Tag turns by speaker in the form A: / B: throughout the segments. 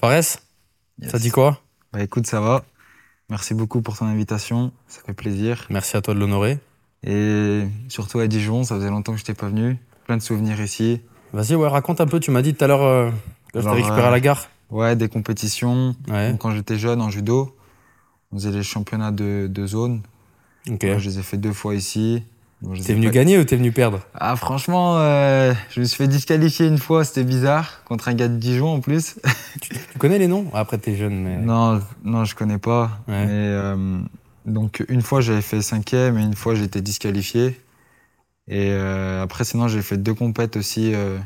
A: Fares,
B: Yes.
A: ça dit quoi
B: Bah écoute, ça va. Merci beaucoup pour ton invitation, ça fait plaisir.
A: Merci à toi de l'honorer.
B: Et surtout à Dijon, ça faisait longtemps que je t'ai pas venu. Plein de souvenirs ici.
A: Vas-y, ouais, raconte un peu. Tu m'as dit tout à l'heure euh, que je t'ai
B: Alors,
A: récupéré
B: euh,
A: à la gare.
B: Ouais, des compétitions.
A: Ouais,
B: Donc, quand j'étais jeune en judo, on faisait les championnats de, de zone.
A: ok.
B: Moi, je les ai fait deux fois ici. Bon, je les
A: T'es
B: ai
A: venu
B: pas-
A: gagner ou t'es venu perdre
B: Ah franchement, euh, je me suis fait disqualifier une fois, c'était bizarre, contre un gars de Dijon en plus.
A: Tu connais les noms Ah, Après, t'es jeune, mais.
B: Non, non, je connais pas.
A: Ouais.
B: Mais, euh, donc une fois j'avais fait cinquième et une fois j'ai été disqualifié. Et euh, après sinon j'ai fait deux compètes aussi. euh,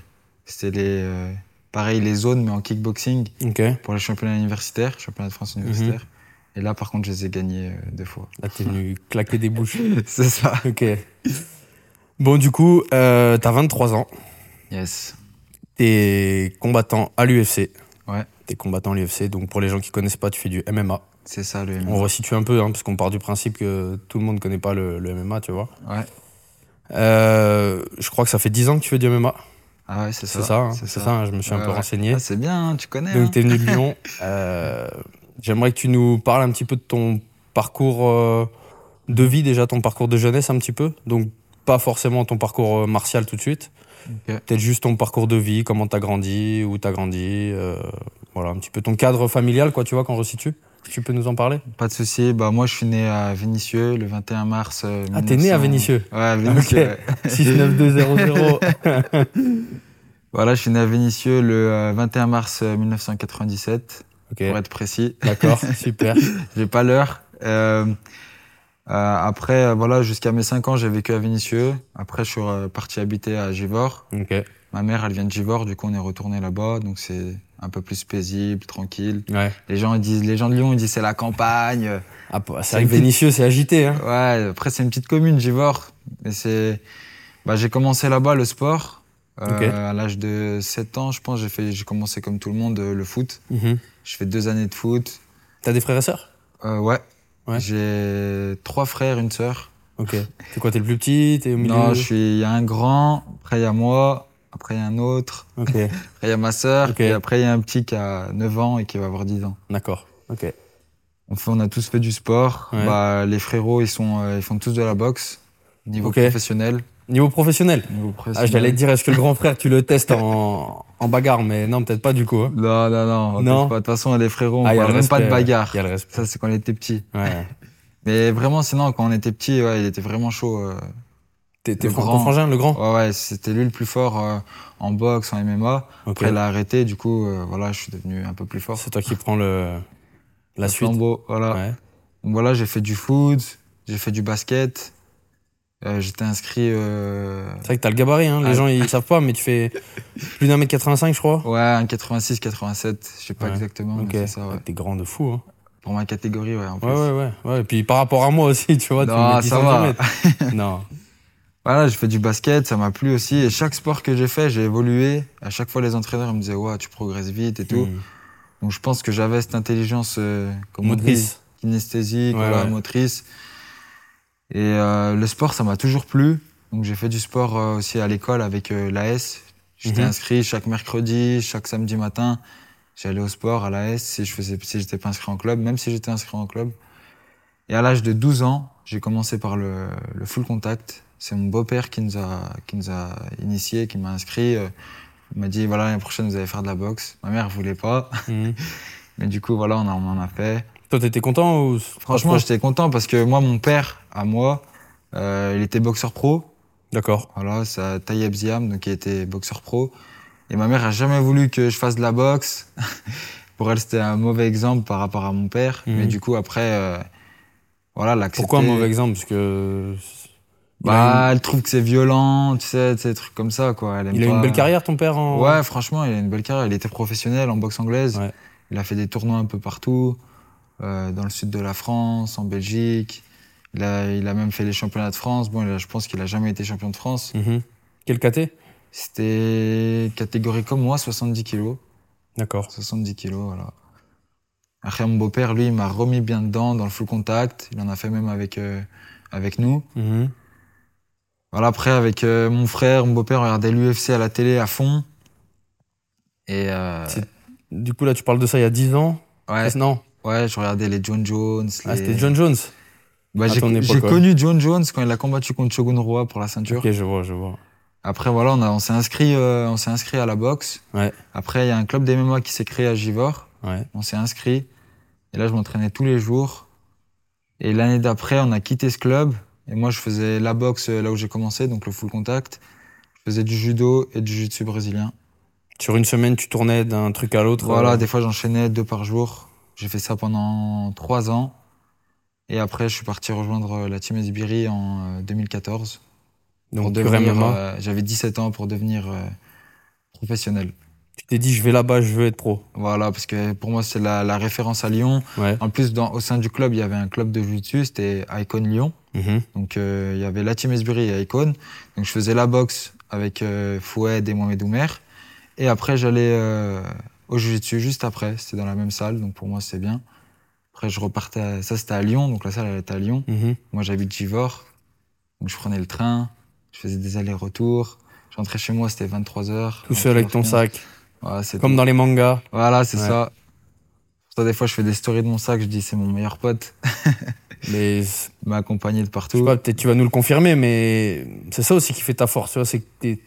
B: C'était les euh, pareil les zones mais en kickboxing
A: Ok. Là,
B: pour les championnats universitaires, championnat de France
A: Mhm.
B: universitaire. Et là par contre je les ai gagnés euh, deux fois.
A: t'es venu claquer des bouches.
B: C'est ça.
A: Ok. Bon, du coup, euh, t'as 23 ans.
B: Yes.
A: T'es combattant à l'UFC.
B: Ouais.
A: T'es combattant à l'UFC. Donc, pour les gens qui connaissent pas, tu fais du MMA.
B: C'est ça le.
A: On resitue un peu, hein, parce qu'on part du principe que tout le monde connaît pas le, le MMA, tu vois.
B: Ouais.
A: Euh, je crois que ça fait 10 ans que tu fais du MMA.
B: Ah ouais c'est ça.
A: C'est ça, hein, c'est ça. hein, je me suis un
B: Ouais,
A: peu
B: ouais.
A: renseigné.
B: Ah, c'est bien, hein, tu connais. hein.
A: Donc, tu es venu de Lyon. Euh, J'aimerais que tu nous parles un petit peu de ton parcours euh, de vie, déjà ton parcours de jeunesse un petit peu. Donc, pas forcément ton parcours euh, martial tout de suite.
B: Ok.
A: Peut-être juste ton parcours de vie, comment t'as grandi, où t'as grandi. euh, voilà, un petit peu ton cadre familial, quoi, tu vois, qu'on resitue. Tu peux nous en parler
B: Pas de souci. Bah, moi, je suis né à Vénissieux le 21 mars. euh,
A: Ah, t'es né à Vénissieux
B: Ouais, à Vénissieux.
A: Ok.
B: ouais.
A: 69200.
B: Voilà, je suis né à Vénissieux le euh, 21 mars euh, 1997,
A: ok,
B: pour être précis.
A: d'accord, super.
B: J'ai pas l'heure. Euh, euh, après, euh, voilà, jusqu'à mes 5 ans, j'ai vécu à Vénissieux. Après, je suis euh, parti habiter à Givors.
A: Ok,
B: Ma mère, elle vient de Givors, du coup, on est retourné là-bas. Donc, c'est un peu plus paisible, tranquille.
A: ouais.
B: Les gens, ils disent, les gens de Lyon, ils disent c'est la campagne.
A: Ah, bah, c'est vrai que Vénissieux, c'est agité. Hein.
B: Ouais, après, c'est une petite commune, Givors. Mais c'est. Bah, j'ai commencé là-bas le sport. Euh,
A: Ok.
B: À l'âge de 7 ans, je pense, j'ai fait... j'ai commencé comme tout le monde euh, le foot.
A: Mhm.
B: Je fais deux années de foot.
A: T'as des frères et sœurs
B: Euh, ouais.
A: Ouais.
B: J'ai trois frères, une sœur.
A: Ok. T'es quoi, t'es le plus petit T'es au milieu
B: Non, je suis. Il y a un grand, après il y a moi, après il y a un autre,
A: Ok,
B: après il y a ma sœur,
A: Ok.
B: et après il y a un petit qui a 9 ans et qui va avoir 10 ans.
A: d'accord. Ok.
B: On, fait, on a tous fait du sport.
A: Ouais.
B: Bah, les frérots, ils, sont, euh, ils font tous de la boxe, niveau
A: Ok.
B: professionnel.
A: Niveau professionnel
B: Niveau
A: ah,
B: professionnel.
A: J'allais te dire, est-ce que le grand frère, tu le testes en, en bagarre Mais non, peut-être pas du coup. hein.
B: Non, non, non. on
A: Non.
B: touche pas. De toute façon, les frérots, on
A: Ah, y a
B: parle
A: le
B: même pas
A: respect,
B: de bagarre.
A: Il y a le respect.
B: Ça, c'est quand on était petit.
A: Ouais.
B: Mais vraiment, sinon, quand on était petit, ouais, il était vraiment chaud. euh.
A: T'es, t'es
B: Le
A: Fran-
B: grand.
A: ton frangin, le grand
B: Ouais, ouais, c'était lui le plus fort euh, en boxe, en MMA.
A: Ok.
B: Après, il a arrêté, du coup, euh, voilà, je suis devenu un peu plus fort.
A: C'est toi qui prends le, la
B: Le
A: suite.
B: flambeau, voilà.
A: Ouais.
B: Donc voilà, j'ai fait du foot, j'ai fait du basket. euh, J'étais inscrit. euh,
A: C'est vrai que t'as le gabarit, hein. les
B: Ah.
A: gens ils savent pas, mais tu fais plus d'un mètre 85, je crois.
B: Ouais, un 86, 87, je sais pas
A: Ouais.
B: exactement,
A: ok.
B: mais c'est ça, ouais.
A: T'es grand de fou. Hein.
B: Pour ma catégorie, ouais, en plus.
A: Ouais, ouais, ouais, ouais. Et puis par rapport à moi aussi, tu vois, tu
B: Non,
A: me mets 10
B: ça va.
A: centimètres. non.
B: Voilà, j'ai fait du basket, ça m'a plu aussi. Et chaque sport que j'ai fait, j'ai évolué. À chaque fois, les entraîneurs ils me disaient, ouais, tu progresses vite et tout.
A: Hmm.
B: Donc je pense que j'avais cette intelligence euh, comme on dit,
A: Motrice.
B: kinesthésique,
A: Ouais,
B: voilà,
A: ouais.
B: motrice. Et euh, le sport, ça m'a toujours plu. Donc j'ai fait du sport euh, aussi à l'école avec euh, l'AS. J'étais
A: Mhm.
B: inscrit chaque mercredi, chaque samedi matin. J'allais au sport à l'AS si je faisais, si j'étais pas inscrit en club, même si j'étais inscrit en club. Et à l'âge de 12 ans, j'ai commencé par le, le full contact. C'est mon beau-père qui nous a, qui nous a initié, qui m'a inscrit. euh, Il m'a dit, voilà, l'année prochaine, vous allez faire de la boxe. Ma mère voulait pas.
A: Hmm.
B: Mais du coup, voilà, on en- on en a fait.
A: Toi, t'étais content ou
B: Franchement, j'étais content parce que moi, mon père, à moi, euh, il était boxeur pro.
A: D'accord.
B: Voilà, ça Taïeb Ziam, donc il était boxeur pro. Et ma mère a jamais voulu que je fasse de la boxe. Pour elle, c'était un mauvais exemple par rapport à mon père.
A: Mhm.
B: Mais du coup, après, euh, voilà, l'accepter.
A: Pourquoi un mauvais exemple Parce que. il a
B: Bah, elle trouve que c'est violent, tu sais, des trucs comme ça, quoi. Elle aime
A: une- il a eu une,
B: pas-
A: belle carrière, ton père en...
B: Ouais, franchement, il a une belle carrière. Il était professionnel en boxe anglaise.
A: Ouais.
B: Il a fait des tournois un peu partout, euh, dans le sud de la France, en Belgique. Il a, il a même fait les championnats de France. Bon, il a- je pense qu'il a jamais été champion de France.
A: Mhm. Quel KT
B: C'était catégorie comme moi, 70 kilos.
A: D'accord.
B: 70 kilos, voilà. Après, mon beau-père, lui, il m'a remis bien dedans, dans le full contact. Il en a fait même avec, euh, avec nous.
A: Mhm.
B: Voilà, après, avec euh, mon frère, mon beau-père, on regardait l'UFC à la télé à fond. Et euh,
A: C'est- Du coup, là, tu parles de ça il y a 10 ans Ah,
B: Ouais,
A: Non,
B: ouais, je regardais les John Jones.
A: ah,
B: les-
A: c'était John Jones.
B: Bah,
A: à
B: j'ai
A: ton époque,
B: j'ai
A: ouais.
B: connu John Jones quand il a combattu contre Shogun Rua pour la ceinture.
A: Ok, je vois, je vois.
B: Après, voilà, on, a- on s'est inscrit, euh, on s'est inscrit à la boxe.
A: Ouais.
B: Après, il y a un club des MMA qui s'est créé à Givor.
A: Ouais.
B: On s'est inscrit. Et là, je m'entraînais tous les jours. Et l'année d'après, on a quitté ce club. Et moi, je faisais la boxe euh, là où j'ai commencé, donc le full contact. Je faisais du judo et du jiu-jitsu brésilien.
A: Sur une semaine, tu tournais d'un truc à l'autre.
B: Voilà,
A: euh,
B: des fois, j'enchaînais deux par jour. J'ai fait ça pendant trois ans. Et après, je suis parti rejoindre euh, la team Esbiri en euh, 2014. pour
A: donc, pur
B: devenir,
A: MMA.
B: euh, J'avais 17 ans pour devenir euh, professionnel.
A: Tu t'es dit, je vais là-bas, je veux être pro.
B: Voilà, parce que pour moi, c'est la, la référence à Lyon.
A: Ouais.
B: En plus, dans, au sein du club, il y avait un club de jiu-jitsu, c'était Icon Lyon.
A: Mhm.
B: Donc, euh, il y avait la team Esbury et Icon. Donc, je faisais la boxe avec euh, Foued et Mohamed Oumer. Et après, j'allais euh, au jiu-jitsu juste après. C'était dans la même salle, donc pour moi, c'était bien. Après, je repartais. à- Ça, c'était à Lyon, donc la salle, elle était à Lyon.
A: Mhm.
B: Moi, j'habite Givor. Donc, je prenais le train, je faisais des allers-retours. Je rentrais chez moi, c'était 23h.
A: Tout seul avec ton sac.
B: Voilà, c'était
A: Comme dans les mangas.
B: voilà, c'est
A: Ouais.
B: ça. Pour ça, des fois, je fais des stories de mon sac, je dis c'est mon meilleur pote,
A: Mais c'est-
B: il m'a accompagné de
A: je sais
B: partout.
A: pas, peut-être tu vas nous le confirmer, mais c'est ça aussi qui fait ta force. Tu vois, c'est que t'es-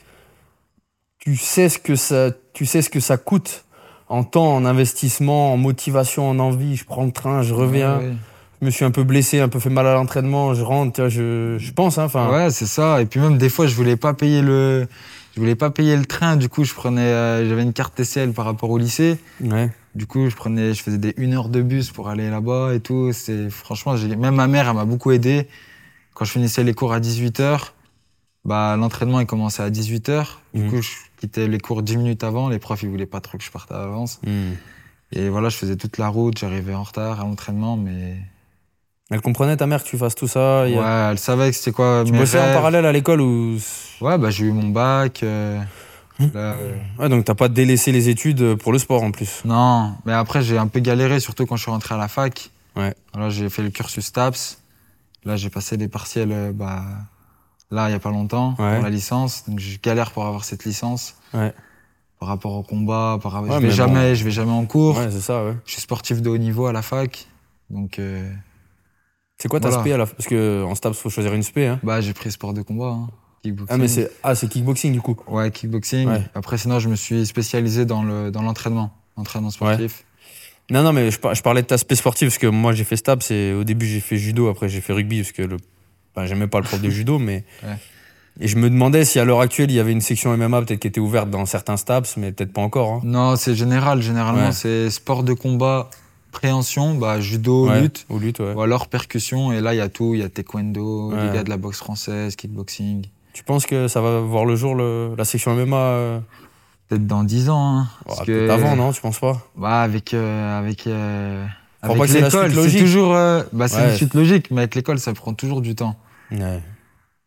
A: tu sais ce que ça, tu sais ce que ça coûte en temps, en investissement, en motivation, en envie. Je prends le train, je reviens.
B: Ouais,
A: Je me suis un peu blessé, un peu fait mal à l'entraînement. Je rentre. tu vois, je, je pense. hein,
B: ouais.
A: Enfin,
B: Ouais, c'est ça. Et puis même des fois, je voulais pas payer le, je voulais pas payer le train. Du coup, je prenais, euh, j'avais une carte TCL par rapport au lycée.
A: ouais.
B: Du coup, je prenais, je faisais des une heure de bus pour aller là-bas et tout. C'est franchement, j'ai- même ma mère, elle m'a beaucoup aidé. Quand je finissais les cours à 18h, bah l'entraînement il commençait à 18h. Du
A: Mhm.
B: coup, je quittais les cours 10 minutes avant. Les profs ils voulaient pas trop que je parte à l'avance.
A: Hmm.
B: Et voilà, je faisais toute la route, j'arrivais en retard à l'entraînement, mais.
A: Elle comprenait ta mère que tu fasses tout ça. Ah, il y a-
B: Ouais, elle savait que c'était quoi.
A: Tu
B: mes
A: bossais en
B: rêves.
A: parallèle à l'école ou
B: Ouais, bah j'ai eu mon bac. euh,
A: Hein
B: là, euh,
A: ouais, donc t'as pas délaissé les études pour le sport en plus.
B: Non, mais après j'ai un peu galéré, surtout quand je suis rentré à la fac.
A: Ouais.
B: Voilà, j'ai fait le cursus TAPS. Là, j'ai passé des partiels, euh, bah. Là, il n'y a pas longtemps,
A: Ouais.
B: pour la licence. Donc, je galère pour avoir cette licence.
A: Ouais.
B: Par rapport au combat, par rapport.
A: Ouais,
B: je, vais
A: mais
B: jamais, je vais jamais en cours.
A: Ouais, c'est ça. Ouais.
B: Je suis sportif de haut niveau à la fac. Donc, euh,
A: C'est quoi ta
B: Voilà.
A: spé à la parce que en STAPS faut choisir une spé. Hein.
B: bah, j'ai pris sport de combat. hein,
A: Ah mais
B: kickboxing.
A: c'est ah c'est kickboxing du coup.
B: Ouais, kickboxing.
A: Ouais.
B: Après, sinon, je me suis spécialisé dans le dans l'entraînement, entraînement sportif.
A: Non non mais je, par- je parlais de ta spé sportive parce que moi j'ai fait STAPS et au début j'ai fait judo après j'ai fait rugby parce que le ben, j'aimais pas le prof de judo mais
B: Ouais.
A: et je me demandais si à l'heure actuelle il y avait une section MMA peut-être qui était ouverte dans certains STAPS mais peut-être pas encore. hein.
B: Non, c'est général. Généralement,
A: Ouais.
B: c'est sport de combat, préhension, bah judo,
A: Ouais,
B: lutte,
A: Ou lutte ouais.
B: ou alors percussion. Et là, il y a tout. Il y a taekwondo,
A: Ouais.
B: les gars de la boxe française, kickboxing.
A: Tu penses que ça va voir le jour le- la section MMA euh,
B: Peut-être dans 10 ans. Hein,
A: bah, peut-être avant non tu penses pas?
B: Bah avec euh, avec. euh,
A: Faut
B: avec
A: pas que c'est la suite
B: l'école, c'est
A: logique.
B: toujours. euh, bah c'est
A: Ouais.
B: une suite logique, mais avec l'école, ça prend toujours du temps.
A: Ouais.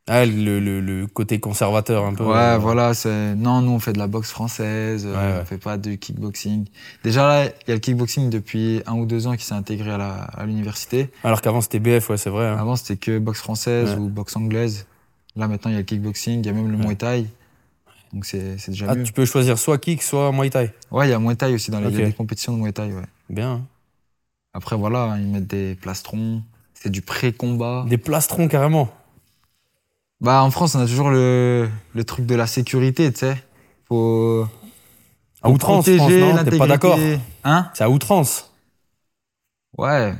A: Ah, le, le- le côté conservateur un peu.
B: Ouais,
A: euh,
B: voilà, c'est. Non, nous, on fait de la boxe française, euh,
A: Ouais, ouais.
B: on fait pas de kickboxing. Déjà, là, il y a le kickboxing depuis un ou deux ans qui s'est intégré à la- à l'université.
A: Alors qu'avant c'était BF, ouais, c'est vrai. hein.
B: Avant, c'était que boxe française
A: Ouais.
B: ou boxe anglaise. Là, maintenant, il y a le kickboxing, il y a même le
A: Ouais.
B: muay thai. Donc, c'est c'est déjà
A: Ah,
B: mieux.
A: tu peux choisir soit kick, soit muay thai.
B: Ouais, il y a muay thai aussi dans les, il y a
A: Ok.
B: des compétitions de muay thai, ouais.
A: Bien.
B: Après, voilà, ils mettent des plastrons. C'est du pré-combat.
A: Des plastrons carrément.
B: Bah, en France, on a toujours le, le truc de la sécurité, tu sais. Faut,
A: À outrance, je pense, non T'es pas
B: l'intégrité.
A: d'accord
B: Hein
A: C'est à outrance.
B: Ouais,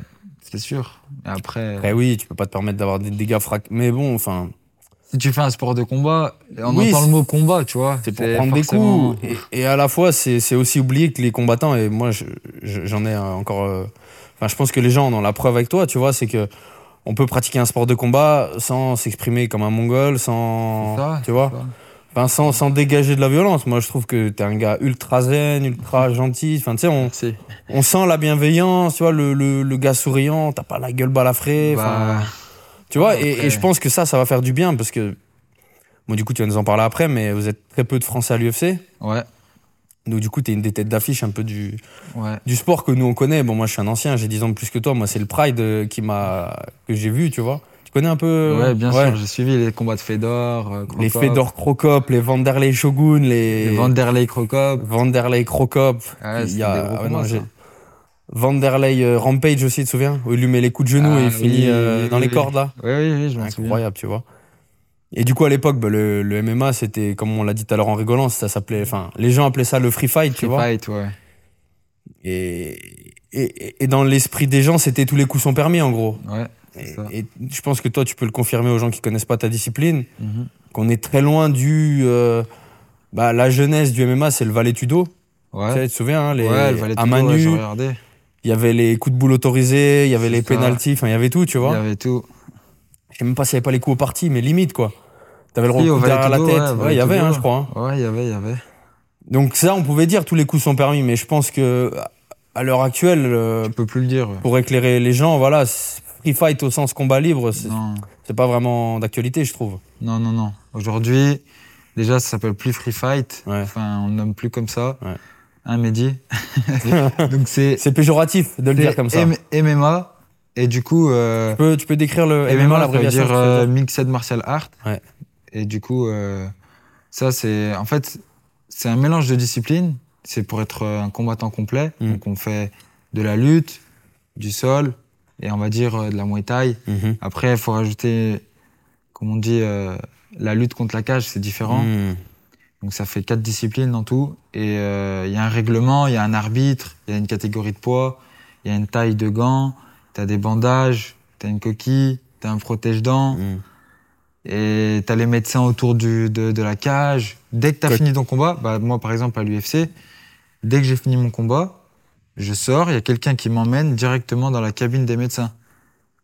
B: c'est sûr. Mais après,
A: Eh oui, tu peux pas te permettre d'avoir des dégâts frac. Mais bon, enfin,
B: si tu fais un sport de combat, on
A: Oui,
B: entend
A: c'est-
B: le mot combat, tu vois.
A: c'est pour prendre des
B: forcément-
A: coups. Et, et à la fois, c'est c'est aussi oublier que les combattants, et moi, je- je- j'en ai euh, encore. euh, Enfin, je pense que les gens en ont la preuve avec toi, tu vois, c'est que. On peut pratiquer un sport de combat sans s'exprimer comme un mongol, sans.
B: C'est ça,
A: tu vois
B: tu vois.
A: Enfin, sans, sans dégager de la violence. Moi, je trouve que t'es un gars ultra zen,
B: Mm-hmm.
A: ultra gentil. Enfin, tu sais, on,
B: Merci.
A: on sent la bienveillance, tu vois, le, le, le gars souriant, t'as pas la gueule balafrée. enfin,
B: Bah,
A: tu vois,
B: après-
A: et, et je pense que ça, ça va faire du bien parce que. Bon, du coup, tu vas nous en parler après, mais vous êtes très peu de Français à l'UFC.
B: ouais,
A: Donc, du coup, t'es une des têtes d'affiche un peu du,
B: ouais.
A: du sport que nous, on connaît. Bon, moi, je suis un ancien, j'ai 10 ans de plus que toi. Moi, c'est le Pride euh, qui m'a, que j'ai vu, tu vois. Tu connais un peu
B: Ouais, bien sûr, j'ai suivi les combats de Fedor, euh,
A: Les
B: Krokop,
A: Fedor Crocop, les Vanderlei Shogun, les,
B: les Vanderlei Krokop.
A: Vanderlei Crocop.
B: Ouais,
A: il
B: c'était
A: y a
B: des gros hein.
A: ah ouais,
B: combats,
A: non, j'ai-
B: ça.
A: Vanderlei euh, Rampage aussi, tu te souviens Où il lui met les coups de genoux
B: Ah,
A: et il
B: oui,
A: finit euh,
B: oui,
A: dans les
B: oui.
A: cordes là.
B: Oui, oui, oui, je m'en souviens.
A: Incroyable, tu vois. Et du coup, à l'époque, bah, le, le MMA, c'était, comme on l'a dit tout à l'heure en rigolant, ça s'appelait, enfin, les gens appelaient ça le free fight, tu
B: Free
A: vois.
B: fight, ouais.
A: Et, et, et dans l'esprit des gens, c'était tous les coups sont permis, en gros.
B: Ouais, c'est
A: Et,
B: ça.
A: et je pense que toi, tu peux le confirmer aux gens qui connaissent pas ta discipline,
B: Mhm.
A: qu'on est très loin du. euh, bah, la jeunesse du MMA, c'est le valet tudo.
B: Ouais.
A: Tu, sais, tu te souviens, hein, les
B: ouais, le valet
A: à
B: de
A: main
B: Togo, ouais,
A: nue,
B: j'ai
A: il
B: regardé.
A: y avait les coups de boule autorisés, il y avait
B: C'est
A: les
B: ça.
A: pénalties, enfin, il y avait tout, tu
B: Il y
A: vois.
B: avait tout.
A: Je sais même pas s'il y avait pas les coups au parti, mais limite, quoi. T'avais le
B: Si, au
A: recours
B: valet
A: derrière la
B: tudo, ouais,
A: tête. Ouais,
B: valet
A: il y avait,
B: tudo.
A: hein, je crois. hein.
B: Ouais, il y avait, il y avait.
A: Donc ça, on pouvait dire tous les coups sont permis, mais je pense que à l'heure actuelle, euh,
B: Je peux plus le dire. ouais.
A: pour éclairer les gens, voilà, c'est- free fight au sens combat libre, c'est
B: Non,
A: c'est pas vraiment d'actualité, je trouve.
B: non, non. non. Aujourd'hui, déjà, ça s'appelle plus free fight.
A: Ouais.
B: Enfin, on le nomme plus comme ça.
A: Ouais.
B: Hein, Mehdi Donc c'est
A: C'est péjoratif de le dire comme ça.
B: M- MMA. Et du coup, euh,
A: Tu peux, tu peux décrire le
B: MMA,
A: MMA,
B: ça veut
A: l'abréviation.
B: dire
A: que tu veux
B: euh,
A: dire
B: Mixed Martial Art.
A: Ouais.
B: Et du coup, euh, ça, c'est. En fait, c'est un mélange de disciplines. C'est pour être euh, un combattant complet.
A: Mm.
B: Donc, on fait de la lutte, du sol, et on va dire euh, de la muay thai.
A: Mhm.
B: Après, il faut rajouter, comme on dit, euh, la lutte contre la cage, c'est différent.
A: Mhm.
B: Donc, ça fait quatre disciplines en tout. Et euh, il y a un règlement, il y a un arbitre, il y a une catégorie de poids, il y a une taille de gants, t'as des bandages, t'as une coquille, t'as un protège-dents.
A: Mhm.
B: Et t'as les médecins autour du, de, de la cage. Dès que t'as
A: Que-
B: fini ton combat, bah moi par exemple à l'UFC, dès que j'ai fini mon combat, je sors, il y a quelqu'un qui m'emmène directement dans la cabine des médecins.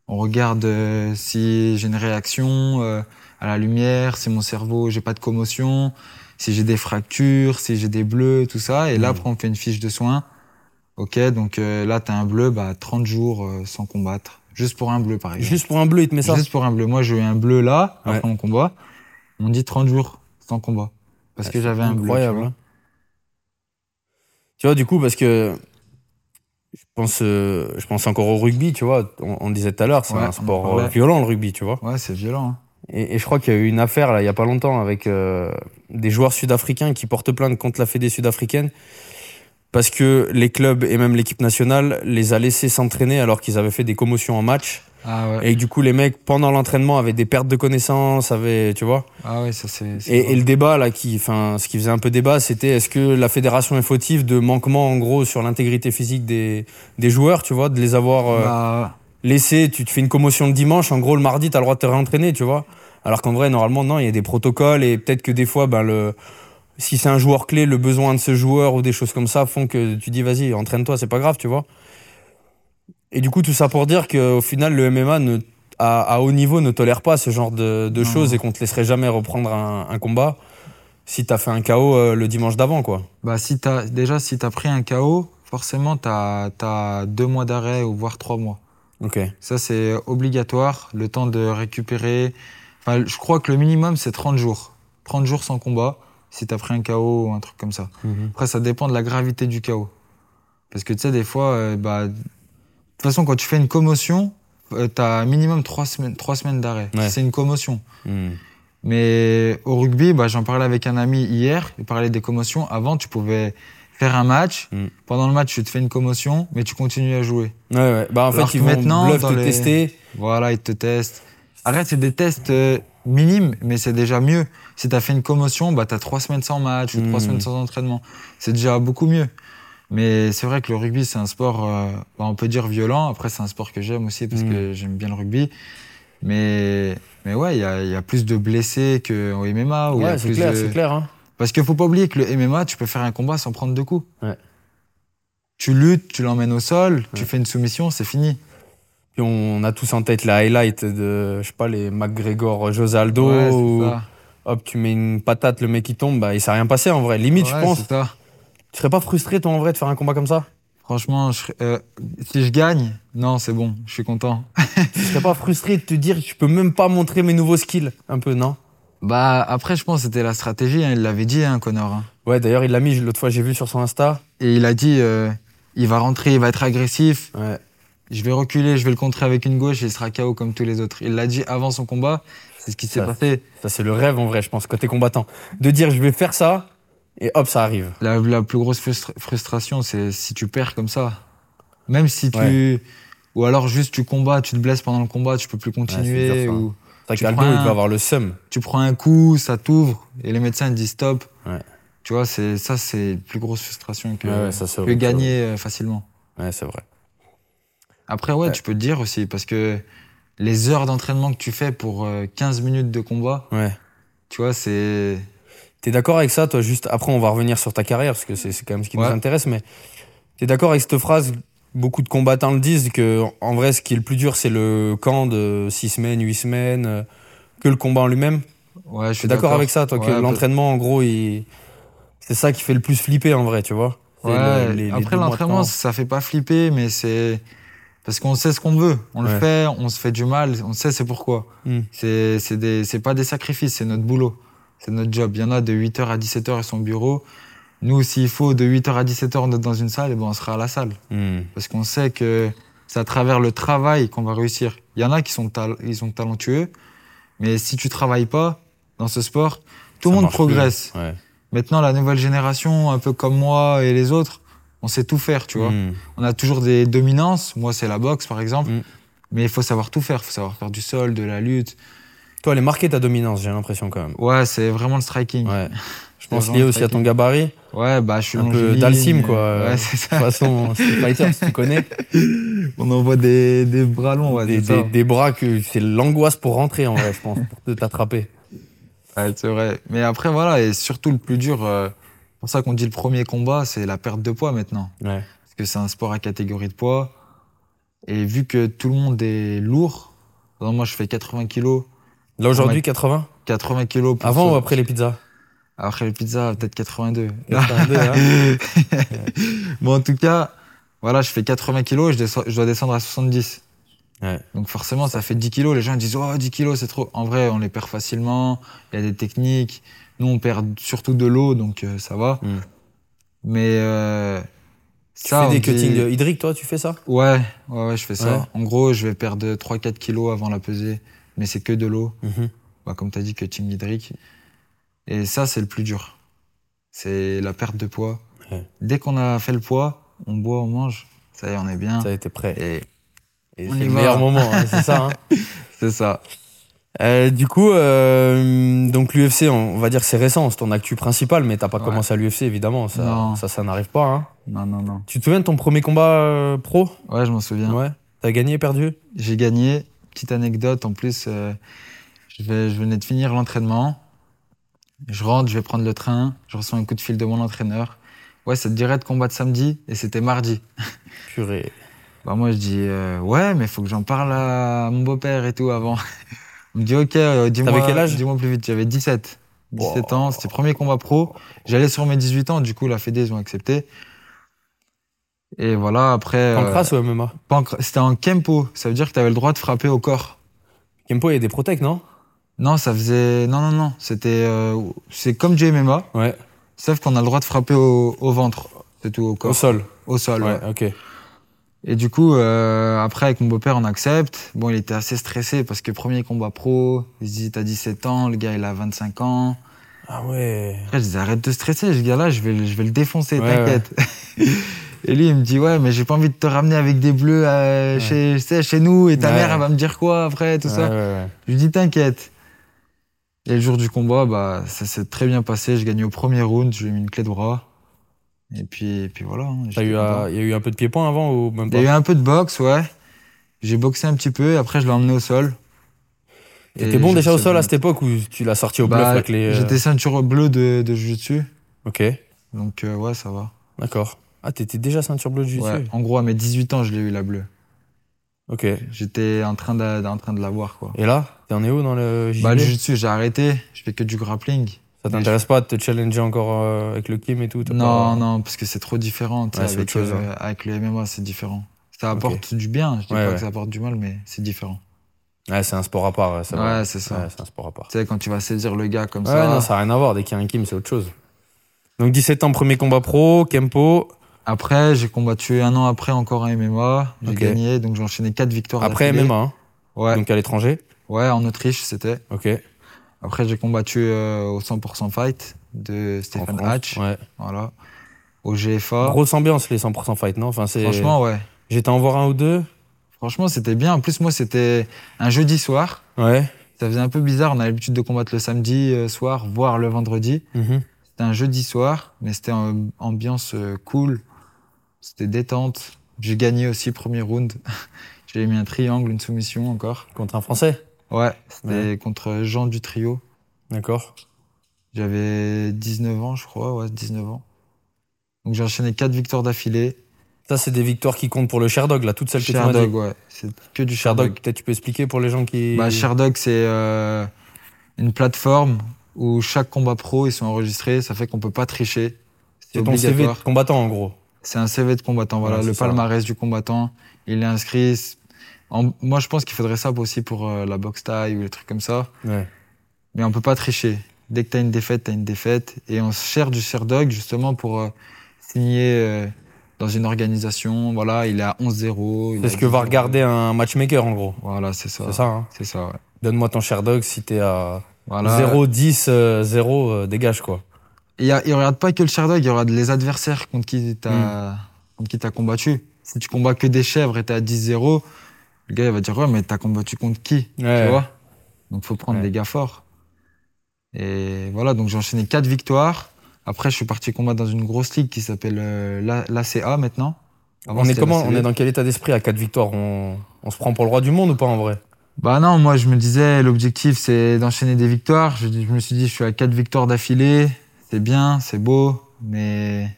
B: On regarde euh, si j'ai une réaction euh, à la lumière, si mon cerveau, j'ai pas de commotion, si j'ai des fractures, si j'ai des bleus, tout ça. Et là,
A: Mhm.
B: après, on fait une fiche de soins. Ok, donc euh, là, t'as un bleu, bah 30 jours euh, sans combattre. Juste pour un bleu, par exemple.
A: Juste pour un bleu, il te met ça.
B: Juste pour un bleu. Moi, j'ai eu un bleu là,
A: Ouais.
B: après mon combat. On dit 30 jours sans combat. Parce que j'avais un bleu.
A: Incroyable. hein. Tu vois, du coup, parce que je pense, euh, je pense encore au rugby, tu vois. On, on disait tout à l'heure, c'est
B: Ouais, on
A: un
B: en
A: sport
B: parlait.
A: euh, violent, le rugby, tu vois.
B: tu vois. Ouais, c'est violent. hein.
A: Et, et je crois qu'il y a eu une affaire là, il y a pas longtemps avec euh, des joueurs sud-africains qui portent plainte contre la Fédé sud-africaine parce que les clubs et même l'équipe nationale les a laissés s'entraîner alors qu'ils avaient fait des commotions en match
B: Ah ouais.
A: et que du coup les mecs pendant l'entraînement avaient des pertes de connaissances, avaient tu vois.
B: Ah ouais, ça c'est. c'est
A: Et,
B: grave.
A: et le débat là qui, enfin, ce qui faisait un peu débat, c'était est-ce que la fédération est fautive de manquement en gros sur l'intégrité physique des des joueurs, tu vois, de les avoir euh,
B: Bah,
A: laisser, tu te fais une commotion le dimanche, en gros le mardi t'as le droit de te réentraîner, tu vois. Alors qu'en vrai normalement non, il y a des protocoles et peut-être que des fois ben le si c'est un joueur clé, le besoin de ce joueur ou des choses comme ça font que tu dis vas-y, entraîne-toi, c'est pas grave, tu vois. Et du coup tout ça pour dire qu'au final le MMA ne- à, à haut niveau ne tolère pas ce genre de, de
B: Non.
A: choses et qu'on te laisserait jamais reprendre un, un combat si t'as fait un KO euh, le dimanche d'avant quoi.
B: bah si t'as déjà si t'as pris un KO, forcément t'as as deux mois d'arrêt ou voire trois mois.
A: Ok.
B: Ça c'est obligatoire. Le temps de récupérer. Enfin, je crois que le minimum c'est 30 jours. 30 jours sans combat. Si t'as pris un KO ou un truc comme ça. Après, ça dépend de la gravité du chaos. Parce que tu sais, des fois, euh, bah, de toute façon, quand tu fais une commotion, euh, t'as un minimum trois semaines, trois semaines d'arrêt.
A: Ouais.
B: C'est une commotion.
A: Mhm.
B: Mais au rugby, bah, j'en parlais avec un ami hier, il parlait des commotions. Avant, tu pouvais faire un match.
A: Mm.
B: Pendant le match, tu te fais une commotion, mais tu continues à jouer.
A: Ouais, ouais. Bah en
B: Alors
A: fait ils
B: que
A: vont
B: maintenant,
A: bluff
B: dans
A: te
B: les-
A: tester.
B: Voilà, ils te testent. Arrête, c'est des tests euh, minimes, mais c'est déjà mieux. Si t'as fait une commotion, bah t'as trois semaines sans match ou
A: Mm.
B: trois semaines sans entraînement. C'est déjà beaucoup mieux. Mais c'est vrai que le rugby, c'est un sport, euh, bah, on peut dire violent. Après, c'est un sport que j'aime aussi parce
A: Mm.
B: que j'aime bien le rugby. Mais, mais ouais, il y a, il y a plus de blessés qu'au MMA. ou Oh, il y a
A: Ouais, c'est
B: plus
A: clair,
B: de-
A: c'est clair hein.
B: Parce qu'il faut pas oublier que le MMA, tu peux faire un combat sans prendre de coups.
A: Ouais.
B: Tu luttes, tu l'emmènes au sol, tu fais une soumission, c'est fini.
A: Puis on a tous en tête la highlight de, je sais pas, les McGregor, José Aldo,
B: Ouais, c'est
A: où,
B: ça.
A: hop, tu mets une patate, le mec il tombe, bah, il s'est rien passé en vrai. Limite,
B: Ouais,
A: je pense.
B: c'est ça.
A: Tu serais pas frustré, toi, en vrai, de faire un combat comme ça
B: Franchement, je serais- euh, si je gagne, non, c'est bon, je suis content.
A: Tu serais pas frustré de te dire que je peux même pas montrer mes nouveaux skills Un peu, non
B: Bah après, je pense que c'était la stratégie. hein, il l'avait dit, hein, Connor. hein.
A: Ouais, d'ailleurs, il l'a mis, l'autre fois, j'ai vu sur son Insta.
B: Et il a dit, euh, il va rentrer, il va être agressif.
A: Ouais.
B: je vais reculer, je vais le contrer avec une gauche et il sera KO comme tous les autres. Il l'a dit avant son combat, c'est ce qui s'est
A: Ça.
B: passé.
A: Ça, c'est le rêve en vrai, je pense, côté combattant. De dire je vais faire ça, et hop, ça arrive.
B: La, la plus grosse frustra- frustration, c'est si tu perds comme ça. Même si tu. Ou alors juste tu combats, tu te blesses pendant le combat, tu peux plus continuer.
A: dur, ça.
B: ou...
A: C'est vrai
B: Tu
A: qu'Aldo,
B: prends
A: il
B: un-
A: doit avoir le seum.
B: tu prends un coup, ça t'ouvre, et les médecins ils disent stop.
A: Ouais.
B: Tu vois, c'est ça, c'est la plus grosse frustration que,
A: Ouais, ouais, ça, c'est
B: que
A: horrible, ça.
B: gagner euh, facilement.
A: Ouais, c'est vrai.
B: Après, ouais,
A: Ouais.
B: tu peux te dire aussi, parce que les heures d'entraînement que tu fais pour euh, 15 minutes de combat,
A: Ouais.
B: tu vois, c'est.
A: T'es d'accord avec ça, toi Juste après, on va revenir sur ta carrière parce que c'est c'est quand même ce qui
B: Ouais.
A: nous intéresse. Mais t'es d'accord avec cette phrase Beaucoup de combattants le disent que en vrai, ce qui est le plus dur, c'est le camp de 6 semaines, 8 semaines, euh, que le combat en lui-même.
B: Ouais, je suis
A: T'es d'accord avec ça, toi Que
B: Ouais, bah-
A: l'entraînement, en gros, il... c'est ça qui fait le plus flipper en vrai, tu vois C'est
B: Ouais,
A: le- les- les
B: après
A: deux mois de
B: l'entraînement,
A: camp.
B: ça fait pas flipper, mais c'est parce qu'on sait ce qu'on veut. On le
A: Ouais.
B: fait, on se fait du mal, on sait c'est pourquoi.
A: Hmm.
B: C'est c'est des- c'est pas des sacrifices, c'est notre boulot, c'est notre job. Il y en a de 8h à 17h à son bureau. Nous, s'il faut de 8h à 17h, on est dans une salle, et ben on sera à la salle.
A: Hmm.
B: Parce qu'on sait que c'est à travers le travail qu'on va réussir. Il y en a qui sont, tal- ils sont talentueux, mais si tu travailles pas dans ce sport, tout
A: Ça
B: le monde
A: marche plus.
B: progresse.
A: Ouais.
B: Maintenant, la nouvelle génération, un peu comme moi et les autres, on sait tout faire, tu vois.
A: Hmm.
B: On a toujours des dominances. Moi, c'est la boxe, par exemple.
A: Mm.
B: Mais il faut savoir tout faire. Il faut savoir faire du sol, de la lutte.
A: Toi, elle est marquée ta dominance, j'ai l'impression quand même.
B: Ouais, c'est vraiment le striking. Ouais,
A: Ouais. Je pense
B: vraiment
A: lié aussi à ton
B: striking.
A: gabarit.
B: bah, je suis
A: Un peu
B: longiligne,
A: Dalsim,
B: mais-
A: quoi, euh,
B: Ouais, c'est
A: De
B: ça.
A: toute façon, Street Fighter, si tu connais,
B: On envoie des, des bras longs. Ouais,
A: des,
B: c'est ça.
A: des, des bras que c'est l'angoisse pour rentrer en vrai, je pense, pour te t'attraper.
B: Ouais, c'est vrai. Mais après, voilà. Et surtout, le plus dur, euh, c'est pour ça qu'on dit le premier combat, c'est la perte de poids maintenant.
A: Ouais.
B: parce que c'est un sport à catégorie de poids. Et vu que tout le monde est lourd, par exemple, moi je fais 80 kilos.
A: Là aujourd'hui,
B: Ouais.
A: 80
B: 80 kilos pour
A: Avant
B: ce-
A: ou après les pizzas
B: Après les pizzas, peut-être 82.
A: 82, hein.
B: bon, en tout cas, voilà, je fais 80 kilos et je, descends- je dois descendre à 70.
A: Ouais.
B: Donc forcément, ça fait 10 kilos. Les gens ils disent Oh, 10 kilos, c'est trop. En vrai, on les perd facilement. Il y a des techniques. Nous, on perd surtout de l'eau, donc euh, ça va.
A: Mm.
B: Mais euh,
A: Tu
B: ça,
A: fais
B: on
A: des
B: dit-
A: cuttings euh, hydriques, toi, tu fais ça
B: Ouais, ouais, ouais, je fais ça.
A: Ouais.
B: En gros, je vais perdre 3-4 kilos avant la pesée, mais c'est que de l'eau.
A: Mhm.
B: Bah, comme tu as dit, cutting hydrique. Et ça, c'est le plus dur. C'est la perte de poids.
A: Ouais.
B: Dès qu'on a fait le poids, on boit, on mange. Ça y est, on est bien.
A: Ah. Ça a été prêt.
B: Et
A: Et
B: On
A: c'est
B: y
A: le
B: va.
A: meilleur moment, hein, c'est ça. hein.
B: c'est ça.
A: Euh, du coup, euh, donc l'UFC, on va dire que c'est récent, c'est ton actu principal, mais t'as pas
B: Ouais.
A: commencé à l'UFC évidemment, ça,
B: Non.
A: ça, ça n'arrive pas. hein.
B: Non, non, non.
A: Tu te souviens de ton premier combat euh, pro
B: Ouais, je m'en souviens.
A: Ouais. T'as gagné, perdu
B: J'ai gagné. Petite anecdote, en plus, euh, je, vais, je venais de finir l'entraînement. Je rentre, je vais prendre le train. Je reçois un coup de fil de mon entraîneur. Ouais, ça te dirait de combattre samedi Et c'était mardi.
A: Purée.
B: Bah moi je dis euh, ouais mais faut que j'en parle à mon beau-père et tout avant. Il me dit ok euh, dis-moi
A: T'avais quel âge
B: dis-moi plus vite, j'avais 17. 17
A: Wow.
B: ans, c'était premier combat pro. J'allais sur mes 18 ans, du coup la Fédé ils ont accepté. Et voilà après
A: Pancras ou MMA
B: euh, pancra- c'était en kempo, ça veut dire que t'avais le droit de frapper au corps.
A: Kempo, il y a des protects, non
B: Non, ça faisait non non non, c'était euh, c'est comme du MMA,
A: Ouais.
B: sauf qu'on a le droit de frapper au, au ventre, c'est tout au
A: Au
B: corps,
A: sol.
B: au sol. ouais.
A: Ouais, ok.
B: Et du coup, euh, après, avec mon beau-père, on accepte. Bon, il était assez stressé parce que premier combat pro, il se dit T'as 17 ans, le gars il a 25 ans.
A: Ah ouais.
B: Après, je disais Arrête de stresser, ce gars-là, je vais, le- je vais le défoncer,
A: Ouais,
B: t'inquiète. et lui, il me dit Ouais, mais j'ai pas envie de te ramener avec des bleus euh,
A: Ouais.
B: chez, tu sais, chez nous et ta
A: Ouais.
B: mère, elle va me dire quoi après, tout
A: Ouais, ouais,
B: ça.
A: ouais.
B: Je lui dis T'inquiète. Et le jour du combat, bah, ça s'est très bien passé. Je gagne au premier round, je lui ai mis une clé de bras. Et puis, et puis voilà. hein,
A: T'as
B: j'étais
A: eu,
B: content.
A: euh, Il y a eu un peu de pied-point avant ou même
B: Il y
A: pas
B: a eu un peu de boxe, ouais. J'ai boxé un petit peu, et après je l'ai emmené au sol.
A: T'étais bon déjà au sol à cette époque ou tu l'as sorti au bluff avec les. euh,
B: Bah, J'étais ceinture bleue de, de jiu-jitsu,
A: Ok,
B: donc euh, ouais, ça va.
A: d'accord. Ah, t'étais déjà ceinture bleue de jiu
B: Ouais, En gros, à mes 18 ans, je l'ai eu la bleue.
A: Ok. Et
B: J'étais en, train d'a- en train de l'avoir, quoi.
A: là, t'en es où dans le JB
B: Bah, le jiu-jitsu, j'ai arrêté, je fais que du grappling.
A: Ça t'intéresse pas de te challenger encore euh, avec le Kim et tout t'as
B: Non,
A: pas-
B: non, parce que c'est trop différent. tu sais,
A: Ouais, c'est
B: avec,
A: autre chose,
B: euh, avec le MMA, c'est différent. Ça
A: Ok.
B: apporte du bien, je dis
A: Ouais,
B: pas
A: ouais.
B: que ça apporte du mal, mais c'est différent.
A: Ouais, c'est un sport à part. Ouais, c'est vrai.
B: Ouais, c'est ça.
A: Ouais, c'est un sport à part.
B: Tu sais, quand tu vas saisir le gars comme
A: Ouais,
B: ça.
A: non, ça n'a rien à voir. Dès qu'il y a un Kim, c'est autre chose. Donc 17 ans, premier combat pro, Kempo.
B: Après, j'ai combattu un an après encore un MMA. J'ai
A: Ok.
B: gagné, donc j'ai enchaîné quatre victoires.
A: Après
B: d'affilée.
A: MMA, hein.
B: Ouais,
A: donc à l'étranger.
B: ouais, en Autriche, c'était.
A: Ok.
B: Après, j'ai combattu euh, au 100% Fight de
A: En
B: Stephen
A: France,
B: Hatch.
A: ouais.
B: Voilà. Au GFA.
A: Grosse ambiance les 100% fight, non enfin, c'est-
B: Franchement, ouais.
A: J'étais en voir un ou deux.
B: Franchement, c'était bien. En plus, moi, c'était un jeudi soir.
A: Ouais.
B: Ça faisait un peu bizarre. On a l'habitude de combattre le samedi euh, soir, voire le vendredi.
A: Mhm.
B: C'était un jeudi soir, mais c'était en ambiance euh, cool. C'était détente. J'ai gagné aussi premier round. J'ai mis un triangle, une soumission encore.
A: Contre un Français.
B: Ouais, c'était contre Jean du trio.
A: D'accord.
B: J'avais 19 ans, je crois, ouais, 19 ans. Donc j'ai enchaîné 4 victoires d'affilée.
A: Ça, c'est des victoires qui comptent pour le Sherdog, là, toutes celles que tu m'as
B: Sherdog,
A: dit.
B: ouais. C'est que du
A: Sherdog,
B: Sherdog.
A: peut-être tu peux expliquer pour les gens qui.
B: Bah, Sherdog, c'est euh, une plateforme où chaque combat pro, ils sont enregistrés. Ça fait qu'on peut pas tricher. C'est
A: c'est ton CV de
B: obligatoire.
A: combattant, en gros.
B: C'est un CV de combattant, voilà.
A: Ouais, c'est
B: le
A: ça.
B: palmarès du combattant, il est inscrit. En- Moi, je pense qu'il faudrait ça aussi pour euh, la boxe taille ou les trucs comme ça.
A: Ouais.
B: Mais on peut pas tricher. Dès que t'as une défaite, t'as une défaite. Et on se cherche du Sherdog justement pour euh, signer euh, dans une organisation. Voilà, il est à 11-0. il est
A: C'est ce
B: à
A: que va
B: 10-0.
A: regarder un matchmaker, en gros.
B: Voilà, c'est ça.
A: C'est ça, hein.
B: C'est ça, ouais.
A: Donne-moi ton Sherdog si t'es à
B: Voilà.
A: 0, 10, euh, 0, euh, dégage, quoi.
B: Il, y a- il regarde pas que le Sherdog, il regarde les adversaires contre qui t'as
A: Hmm.
B: contre qui t'as combattu. Si tu combats que des chèvres et t'es à 10-0, le gars il va dire ouais mais t'as combattu contre qui
A: Ouais.
B: Tu vois Donc faut prendre
A: Ouais.
B: des gars forts. Et voilà donc j'ai enchaîné quatre victoires. Après je suis parti combattre dans une grosse ligue qui s'appelle euh, l'ACA maintenant. Avant,
A: on est
B: c'était
A: comment
B: la E.
A: On
B: CB.
A: est dans quel état d'esprit à 4 victoires on, on se prend pour le roi du monde ou pas, en vrai
B: Bah non, moi je me disais l'objectif c'est d'enchaîner des victoires. Je, je me suis dit je suis à quatre victoires d'affilée, c'est bien, c'est beau, mais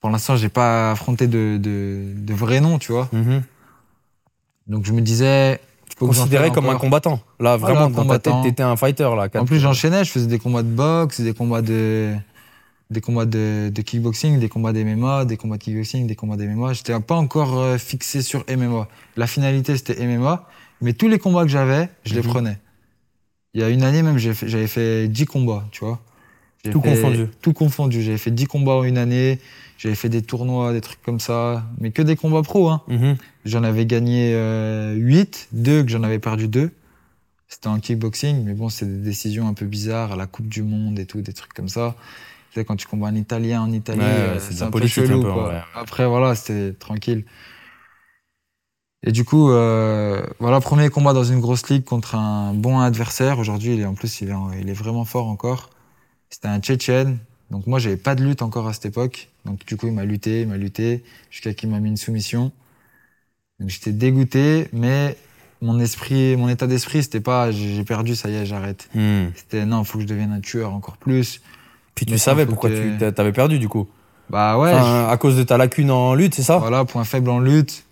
B: pour l'instant j'ai pas affronté de, de, de vrai nom, tu vois.
A: Mhm.
B: Donc je me disais je peux vous en
A: Considéré
B: faire
A: comme un
B: encore.
A: combattant. Là,
B: Voilà,
A: vraiment, dans ta tête,
B: combattant.
A: t'étais un fighter, là. quatre-
B: En plus j'enchaînais, je faisais des combats de boxe, des combats de des combats de, de kickboxing, des combats d'MMA, des combats de kickboxing, des combats d'MMA. J'étais pas encore euh, fixé sur MMA. La finalité c'était MMA, mais tous les combats que j'avais, je les
A: Mhm.
B: prenais. Il y a une année même, j'ai fait- j'avais fait 10 combats, tu vois. J'ai
A: Tout
B: fait-
A: confondu.
B: Tout confondu. J'avais fait 10 combats en une année. J'avais fait des tournois, des trucs comme ça. Mais que des combats pro, hein.
A: Mhm.
B: J'en avais gagné 8, 2 que j'en avais perdu 2. C'était en kickboxing, mais bon, c'est des décisions un peu bizarres, à la Coupe du Monde et tout, des trucs comme ça. Tu sais, quand tu combats un Italien en Italie,
A: Ouais, ouais,
B: euh,
A: c'est de
B: c'est
A: la
B: un peu
A: politique, un
B: chelou.
A: peu, en
B: quoi.
A: vrai.
B: Après, voilà, c'était tranquille. Et du coup, euh, voilà, premier combat dans une grosse ligue contre un bon adversaire. Aujourd'hui, il est en plus, il est, en- il est vraiment fort encore. C'était un Tchétchène. Donc moi, j'avais pas de lutte encore à cette époque. Donc du coup, il m'a lutté, il m'a lutté, jusqu'à qu'il m'a mis une soumission. Donc j'étais dégoûté, mais mon esprit, mon état d'esprit, c'était pas, j'ai j'ai perdu, ça y est, j'arrête.
A: Mhm.
B: C'était non, faut que je devienne un tueur encore plus.
A: Puis tu
B: Mais
A: savais
B: faut
A: pourquoi
B: que-
A: tu t'avais perdu, du coup.
B: Bah ouais,
A: Enfin, euh, à cause de ta lacune en lutte, c'est
B: je-
A: ça
B: voilà, point faible en lutte.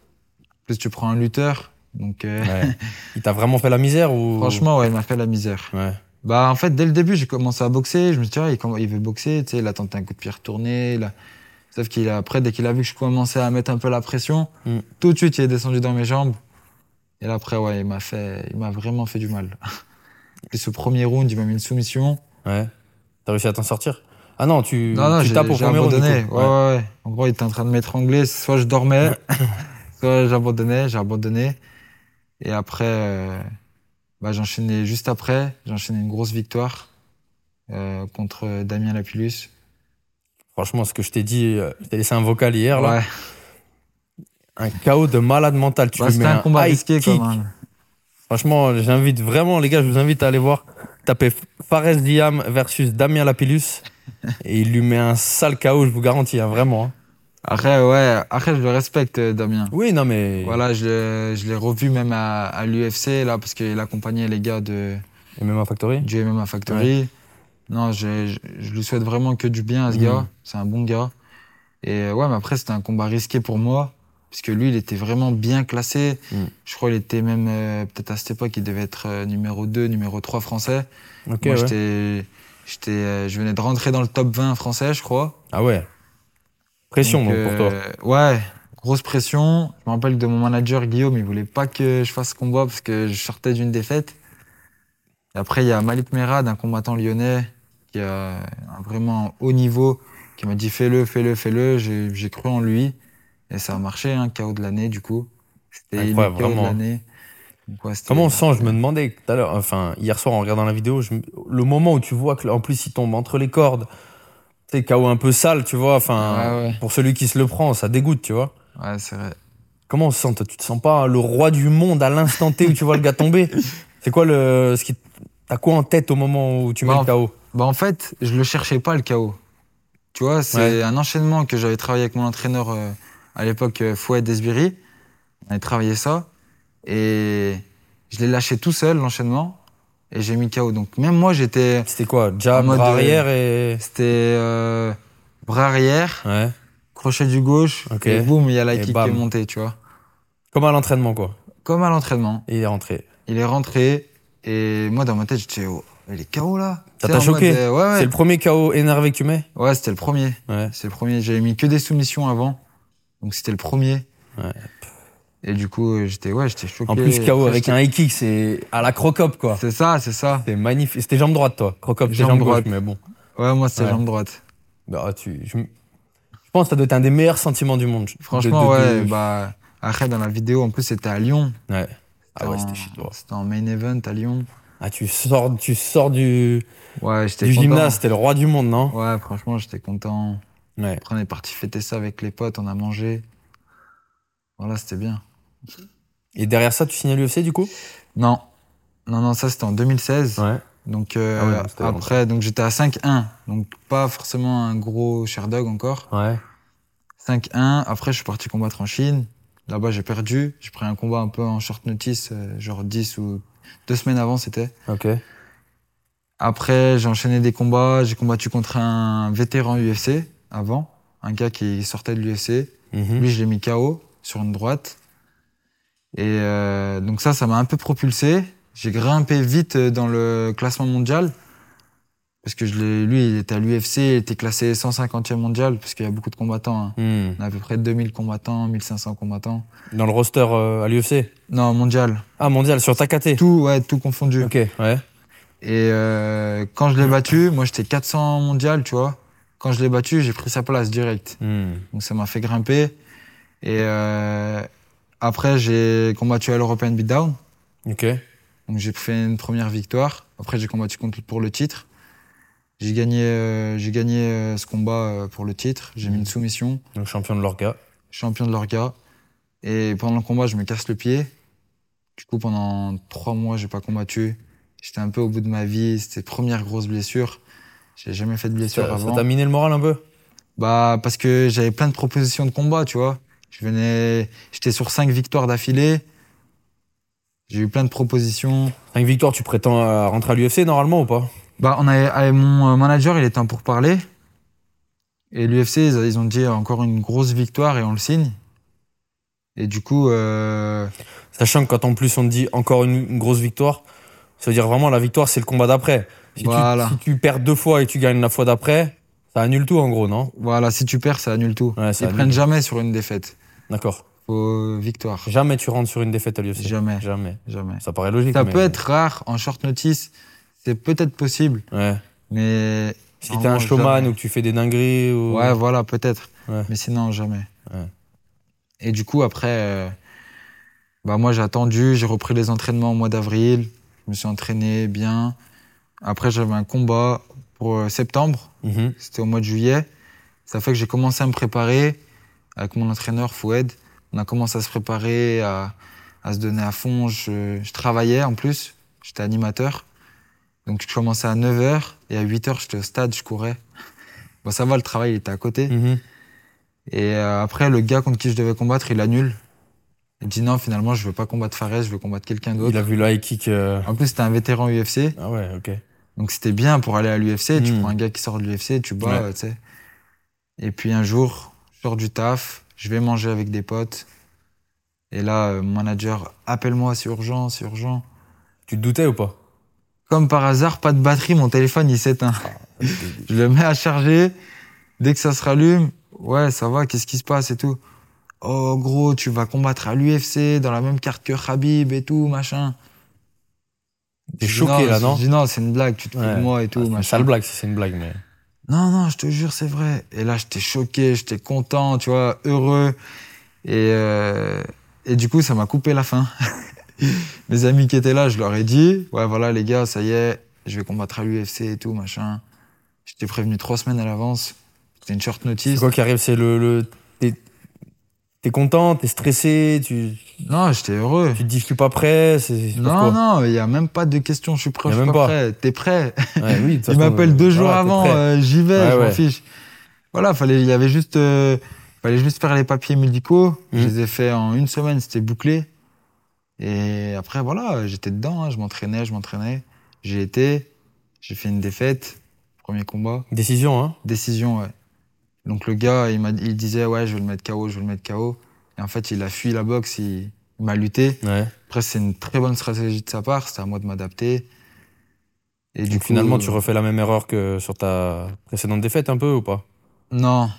B: En Plus tu prends un lutteur, donc euh,
A: Ouais. Il t'a vraiment fait la misère ou
B: franchement, ouais, il m'a fait la misère.
A: Ouais.
B: Bah en fait, dès le début, j'ai commencé à boxer. Je me suis dit, ah, il, comm- il veut boxer, tu sais, il a tenté un coup de pied retourné. il a- Sauf qu'il a- après, dès qu'il a vu que je commençais à mettre un peu la pression,
A: Mm.
B: tout de suite, il est descendu dans mes jambes. Et là, après, ouais, il m'a fait, il m'a vraiment fait du mal. Puis ce premier round, il m'a mis une soumission.
A: Ouais. T'as réussi à t'en sortir Ah non, tu,
B: Non, non,
A: tu
B: j'ai
A: tapes au
B: j'ai
A: premier round, du
B: abandonné.
A: coup.
B: Ouais, ouais, ouais. En gros, il était en train de m'étrangler. Soit je dormais, soit j'abandonnais. J'ai abandonné. Et après, euh, bah, j'enchaînais juste après. J'enchaînais une grosse victoire euh, contre Damien Lapillus.
A: Franchement, ce que je t'ai dit, euh, je t'ai laissé un vocal hier, là.
B: Ouais.
A: Un chaos de malade mental. Tu
B: Bah,
A: lui
B: C'était
A: mets
B: un combat
A: high
B: risqué hein. quand
A: kick.
B: même.
A: Franchement, j'invite vraiment, les gars, je vous invite à aller voir. Tapez Fares Diam versus Damien Lapillus. et il lui met un sale chaos, je vous garantis, hein, vraiment. hein.
B: Après, ouais. Après, je le respecte, euh, Damien.
A: Oui, non, mais.
B: Voilà, je, le- je l'ai revu même à, à l'UFC, là, parce qu'il accompagnait les gars de,
A: Et même un Factory
B: du MMA Factory. Non, je, je, je lui souhaite vraiment que du bien à ce
A: Mhm.
B: gars. C'est un bon gars. Et euh, ouais, mais après, c'était un combat risqué pour moi. Parce que lui, il était vraiment bien classé.
A: Mhm.
B: Je crois qu'il était même, euh, peut-être à cette époque, il devait être euh, numéro 2, numéro 3 français.
A: Ok,
B: moi,
A: ouais.
B: j'étais, j'étais, euh, je venais de rentrer dans le top 20 français, je crois.
A: Ah ouais. Pression,
B: Donc,
A: donc, pour toi.
B: euh, Ouais, grosse pression. Je me rappelle de mon manager Guillaume, il voulait pas que je fasse ce combat parce que je sortais d'une défaite. Et après, il y a Malik Merad, un combattant lyonnais qui a un vraiment haut niveau, qui m'a dit fais-le, fais-le, fais-le. J'ai j'ai cru en lui et ça a marché, hein, KO de l'année du coup. C'était le
A: Incroyable,
B: KO de
A: vraiment.
B: l'année. Donc, ouais, c'était-
A: Comment on sent Je me demandais tout à l'heure, enfin hier soir en regardant la vidéo, je me- le moment où tu vois que en plus il tombe entre les cordes, tu sais, KO un peu sale, tu vois, enfin
B: Ah Ouais, ouais.
A: pour celui qui se le prend, ça dégoûte, tu vois.
B: Ouais, c'est vrai.
A: Comment on se sent toi Tu te sens pas le roi du monde à l'instant T où tu vois le gars tomber C'est quoi le ce qui t'as quoi en tête au moment où tu mets
B: Bah,
A: le KO
B: Bah en fait, je le cherchais pas le chaos. Tu vois, c'est un enchaînement que j'avais travaillé avec mon entraîneur euh, à l'époque euh, Fouet Desbiri. On avait travaillé ça et je l'ai lâché tout seul l'enchaînement et j'ai mis KO. Donc même moi j'étais
A: C'était quoi Jab,
B: en mode,
A: bras
B: euh,
A: arrière et
B: c'était euh, bras arrière,
A: ouais,
B: crochet du gauche
A: Ok.
B: et boum, il y a la
A: Et
B: kick
A: bam.
B: qui est montée, tu vois.
A: comme à l'entraînement quoi.
B: Comme à l'entraînement,
A: Et il est rentré.
B: il est rentré et moi dans ma tête j'étais oh, il est KO là.
A: Ça
B: Tu
A: t'a
B: sais, en
A: choqué
B: mode, euh, Ouais, ouais.
A: C'est le premier KO énervé que tu mets
B: Ouais, c'était le premier.
A: Ouais.
B: C'est le premier. J'avais mis que des soumissions avant. Donc c'était le premier.
A: Ouais.
B: Et du coup, euh, j'étais ouais, j'étais choqué.
A: En plus KO
B: Après,
A: avec
B: j'étais-
A: un high kick, c'est à la crocop quoi.
B: C'est ça, c'est ça.
A: C'était magnifique. C'était jambe droite, toi. Crocop, c'était
B: Jambe
A: jambe gauche,
B: droite.
A: mais bon.
B: Ouais, moi c'était
A: Ouais.
B: jambe droite.
A: Bah, tu, je, m- je pense que ça doit être un des meilleurs sentiments du monde. De-
B: Franchement,
A: de-
B: ouais,
A: de-
B: bah après dans la vidéo, en plus c'était à Lyon.
A: ouais. Ah ouais,
B: en-
A: c'était shit, toi.
B: C'était en main event à Lyon.
A: Ah, tu sors, tu sors du,
B: Ouais, j'étais
A: du
B: content.
A: gymnase, t'es le roi du monde, non
B: Ouais, franchement, j'étais content.
A: Ouais.
B: Après on est parti fêter ça avec les potes, on a mangé. Voilà, c'était bien.
A: Et derrière ça, tu signes à l'UFC, du coup
B: Non. Non non, ça c'était en 2016.
A: Ouais.
B: Donc euh,
A: Ah ouais, donc c'était avant.
B: après, donc j'étais à 5-1, donc pas forcément un gros Sherdog encore.
A: Ouais.
B: 5-1, après je suis parti combattre en Chine. Là-bas j'ai perdu, j'ai pris un combat un peu en short notice, euh, genre 10 ou deux semaines avant c'était.
A: Ok.
B: Après j'ai enchaîné des combats, j'ai combattu contre un vétéran UFC avant, un gars qui sortait de l'UFC.
A: Mhm.
B: Lui je l'ai mis KO sur une droite. Et euh, donc ça, ça m'a un peu propulsé. J'ai grimpé vite euh, dans le classement mondial. Parce que je l'ai- lui, il était à l'UFC, il était classé 150e mondial, parce qu'il y a beaucoup de combattants. hein.
A: Hmm.
B: On a à peu près 2000 combattants, 1500 combattants.
A: Dans le roster euh, à l'UFC
B: Non, mondial.
A: Ah, mondial, sur ta KT.
B: Tout, ouais, tout confondu.
A: Ok, ouais.
B: Et euh, quand je l'ai battu, moi j'étais 400 mondial, tu vois. Quand je l'ai battu, j'ai pris sa place direct.
A: Hmm.
B: Donc ça m'a fait grimper. Et euh, après, j'ai combattu à l'European Beatdown.
A: Ok.
B: Donc j'ai fait une première victoire. Après, j'ai combattu contre, pour le titre. J'ai gagné, euh, j'ai gagné euh, ce combat euh, pour le titre. J'ai
A: Mmh.
B: mis une soumission.
A: Donc, champion de l'Orga.
B: Champion de l'Orga. Et pendant le combat, je me casse le pied. Du coup, pendant trois mois, j'ai pas combattu. J'étais un peu au bout de ma vie. C'était première grosse blessure. J'ai jamais fait de blessure
A: Ça ça
B: avant.
A: t'a miné le moral un peu
B: Bah parce que j'avais plein de propositions de combat, tu vois. Je venais, j'étais sur cinq victoires d'affilée. J'ai eu plein de propositions.
A: 5 victoires, tu prétends à rentrer à l'UFC normalement ou pas
B: Bah on avait, avec mon euh, manager, il était en pourparler. Et l'UFC, ils, a- ils ont dit euh, encore une grosse victoire et on le signe. Et du coup, euh,
A: Sachant que quand en plus on te dit encore une, une grosse victoire, ça veut dire vraiment la victoire c'est le combat d'après. Si, tu-
B: Voilà.
A: si tu, perds deux fois et tu gagnes la fois d'après, ça annule tout en gros, non
B: voilà, si tu perds, ça annule tout.
A: Ouais, ça
B: Ils
A: annule
B: prennent
A: tout.
B: jamais sur une défaite.
A: D'accord.
B: Faut euh, victoire.
A: Jamais tu rentres sur une défaite à l'UFC.
B: Jamais,
A: Jamais.
B: jamais.
A: Ça paraît logique.
B: Ça
A: mais-
B: peut être rare en short notice. C'est peut-être possible,
A: Ouais.
B: mais
A: Si t'es
B: Normalement,
A: un showman
B: jamais.
A: ou que tu fais des dingueries ou.
B: Ouais, voilà, peut-être.
A: Ouais.
B: Mais sinon, jamais.
A: Ouais.
B: Et du coup, après, euh, bah moi, j'ai attendu, j'ai repris les entraînements au mois d'avril. Je me suis entraîné bien. Après, j'avais un combat pour euh, septembre.
A: Mhm.
B: C'était au mois de juillet. Ça fait que j'ai commencé à me préparer avec mon entraîneur Foued. On a commencé à se préparer, à, à se donner à fond. Je, je travaillais en plus. J'étais animateur. Donc, je commençais à 9h et à 8h, j'étais au stade, je courais. Bon, ça va, le travail, il était à côté.
A: Mhm.
B: Et euh, après, le gars contre qui je devais combattre, il annule. Il dit non, finalement, je veux pas combattre Fares, je veux combattre quelqu'un
A: Il
B: d'autre.
A: a vu le high kick. euh,
B: En plus, c'était un vétéran UFC,
A: Ah ouais, ok.
B: donc c'était bien pour aller à l'UFC. Tu
A: Mm.
B: prends un gars qui sort de l'UFC, tu bats,
A: Ouais.
B: euh, tu sais. Et puis un jour, je sors du taf, je vais manger avec des potes. Et là, euh, mon manager, appelle-moi, c'est urgent, c'est urgent.
A: Tu te doutais ou pas
B: Comme par hasard, pas de batterie, mon téléphone, il s'éteint.
A: Ah,
B: je le mets à charger. Dès que ça se rallume, ouais, ça va, qu'est-ce qui se passe et tout. Oh, gros, tu vas combattre à l'UFC dans la même carte que Khabib et tout, machin.
A: T'es
B: Je dis
A: choqué là, non
B: Je dis non, c'est une blague, tu te fous
A: Ouais.
B: de moi et tout,
A: C'est une
B: machin.
A: sale blague si c'est une blague, mais.
B: Non, non, je te jure, c'est vrai. Et là, j'étais choqué, j'étais content, tu vois, heureux. Et, euh, et du coup, ça m'a coupé la faim. Mes amis qui étaient là, je leur ai dit, ouais, voilà, les gars, ça y est, je vais combattre à l'UFC et tout, machin. J'étais prévenu trois semaines à l'avance. C'était une short notice.
A: Quoi qui arrive, c'est le. le t'es- T'es content, t'es stressé, tu,
B: Non, j'étais heureux.
A: tu te dis je suis pas prêt, c'est. c'est
B: Non,
A: pas quoi.
B: non, il n'y a même pas de question, je suis prêt,
A: Y
B: je
A: a
B: suis
A: même pas.
B: pas, prêt. T'es prêt
A: Ouais, oui, de toute
B: Il
A: façon,
B: m'appelle
A: euh,
B: deux jours
A: voilà, t'es
B: avant,
A: prêt.
B: euh, j'y vais,
A: Ouais,
B: je m'en
A: ouais.
B: fiche. Voilà, fallait, il y avait juste, euh, fallait juste faire les papiers médicaux.
A: Mhm.
B: Je les ai fait en une semaine, c'était bouclé. Et après, voilà, j'étais dedans, hein, je m'entraînais, je m'entraînais. J'ai été, j'ai fait une défaite, premier combat,
A: Décision, hein.
B: décision, ouais. Donc le gars, il, m'a, il disait, ouais, je vais le mettre KO, je vais le mettre KO. Et en fait, il a fui la boxe, il, il m'a lutté.
A: Ouais.
B: Après, c'est une très bonne stratégie de sa part, c'était à moi de m'adapter. Et
A: Donc finalement, tu refais la même erreur que sur ta précédente défaite, un peu ou pas
B: Non,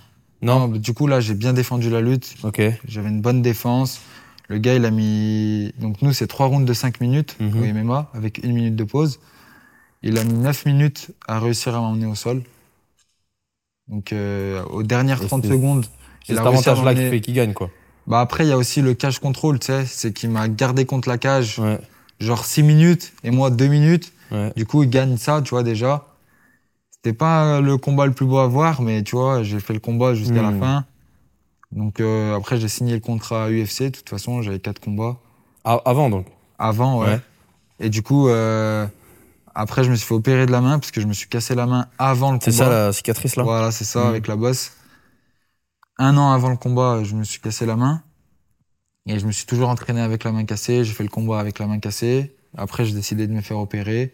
A: Non.
B: Non, mais du coup, là, j'ai bien défendu la lutte.
A: Ok.
B: J'avais une bonne défense. Le gars, il a mis. Donc, nous, c'est trois rounds de 5 minutes
A: Mhm.
B: au MMA, avec une minute de pause. Il a mis 9 minutes à réussir à m'emmener au sol. Donc, euh, aux dernières
A: Et
B: 30
A: c'est-
B: secondes.
A: C'est
B: il
A: cet
B: a réussi à
A: avantage-là qui
B: m'emmener-
A: fait qu'il gagne, quoi.
B: Bah, après, il y a aussi le cage contrôle, tu sais. C'est qu'il m'a gardé contre la cage,
A: Ouais.
B: genre 6 minutes, et moi 2 minutes.
A: Ouais.
B: Du coup, il gagne ça, tu vois, déjà. C'était pas euh, le combat le plus beau à voir, mais tu vois, j'ai fait le combat jusqu'à
A: Mhm.
B: la fin. Donc euh, après, j'ai signé le contrat UFC. De toute façon, j'avais quatre combats
A: A- avant, donc.
B: avant, ouais.
A: Ouais.
B: Et du coup, euh, après, je me suis fait opérer de la main parce que je me suis cassé la main avant le combat.
A: C'est ça la cicatrice, là
B: Voilà, c'est ça,
A: Mhm.
B: avec la bosse. Hmm. Un an avant le combat, je me suis cassé la main. Et je me suis toujours entraîné avec la main cassée. J'ai fait le combat avec la main cassée. Après, j'ai décidé de me faire opérer.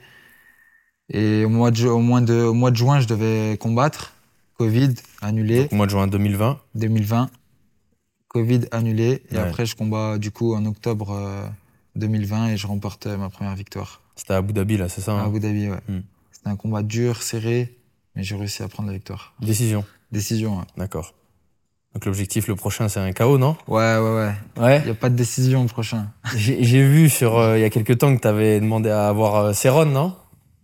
B: Et au mois de, ju- au moins de, au mois de juin, je devais combattre. Covid annulé.
A: Au mois de juin 2020.
B: 2020. Covid annulé. Et
A: Ouais.
B: après, je combats du coup en octobre euh, 2020 et je remporte euh, ma première victoire
A: C'était à Abu Dhabi, là, c'est ça
B: à
A: hein
B: Abu Dhabi. Ouais.
A: Hmm.
B: C'était un combat dur, serré, mais j'ai réussi à prendre la victoire.
A: Décision.
B: Décision, hein. ouais.
A: D'accord. Donc l'objectif, le prochain, c'est un KO, non
B: Ouais, ouais, ouais.
A: Ouais.
B: Il n'y a pas de décision le prochain.
A: J'ai j'ai vu sur euh, il y a quelques temps que tu avais demandé à avoir euh, Céron, non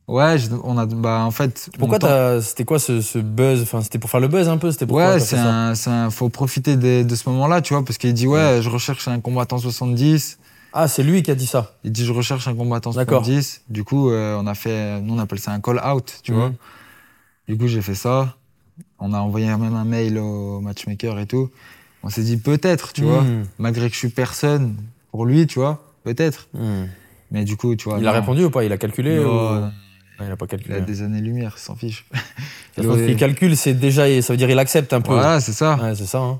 B: Ouais, je- on a. Bah, en fait.
A: Pourquoi
B: mon temps-
A: t'as- c'était quoi ce, ce buzz Enfin, c'était pour faire le buzz un peu, c'était pourquoi
B: Ouais,
A: t'as fait
B: c'est
A: ça Mm.
B: un, c'est un- Faut profiter des- de, ce moment-là, tu vois, parce qu'il dit, ouais, je recherche un combattant 70.
A: Ah, c'est lui qui a dit ça.
B: Il dit, je recherche un combattant
A: D'accord.
B: 70. Du coup, euh, on a fait. Nous, on appelle ça un call-out, tu
A: Mhm.
B: vois. Du coup, j'ai fait ça. On a envoyé même un mail au matchmaker et tout. On s'est dit peut-être, tu vois,
A: Mhm.
B: malgré que je suis personne pour lui, tu vois, peut-être.
A: Mhm.
B: Mais du coup, tu vois.
A: Il a
B: non.
A: répondu ou pas Il a calculé
B: Non,
A: ou-
B: non,
A: Ah, Il a pas
B: Il
A: calculé.
B: a des années-lumière, il s'en fiche.
A: De toute façon, s'il calcule, c'est déjà, ça veut dire il accepte un peu.
B: Voilà, c'est ça.
A: Ouais, c'est ça. hein.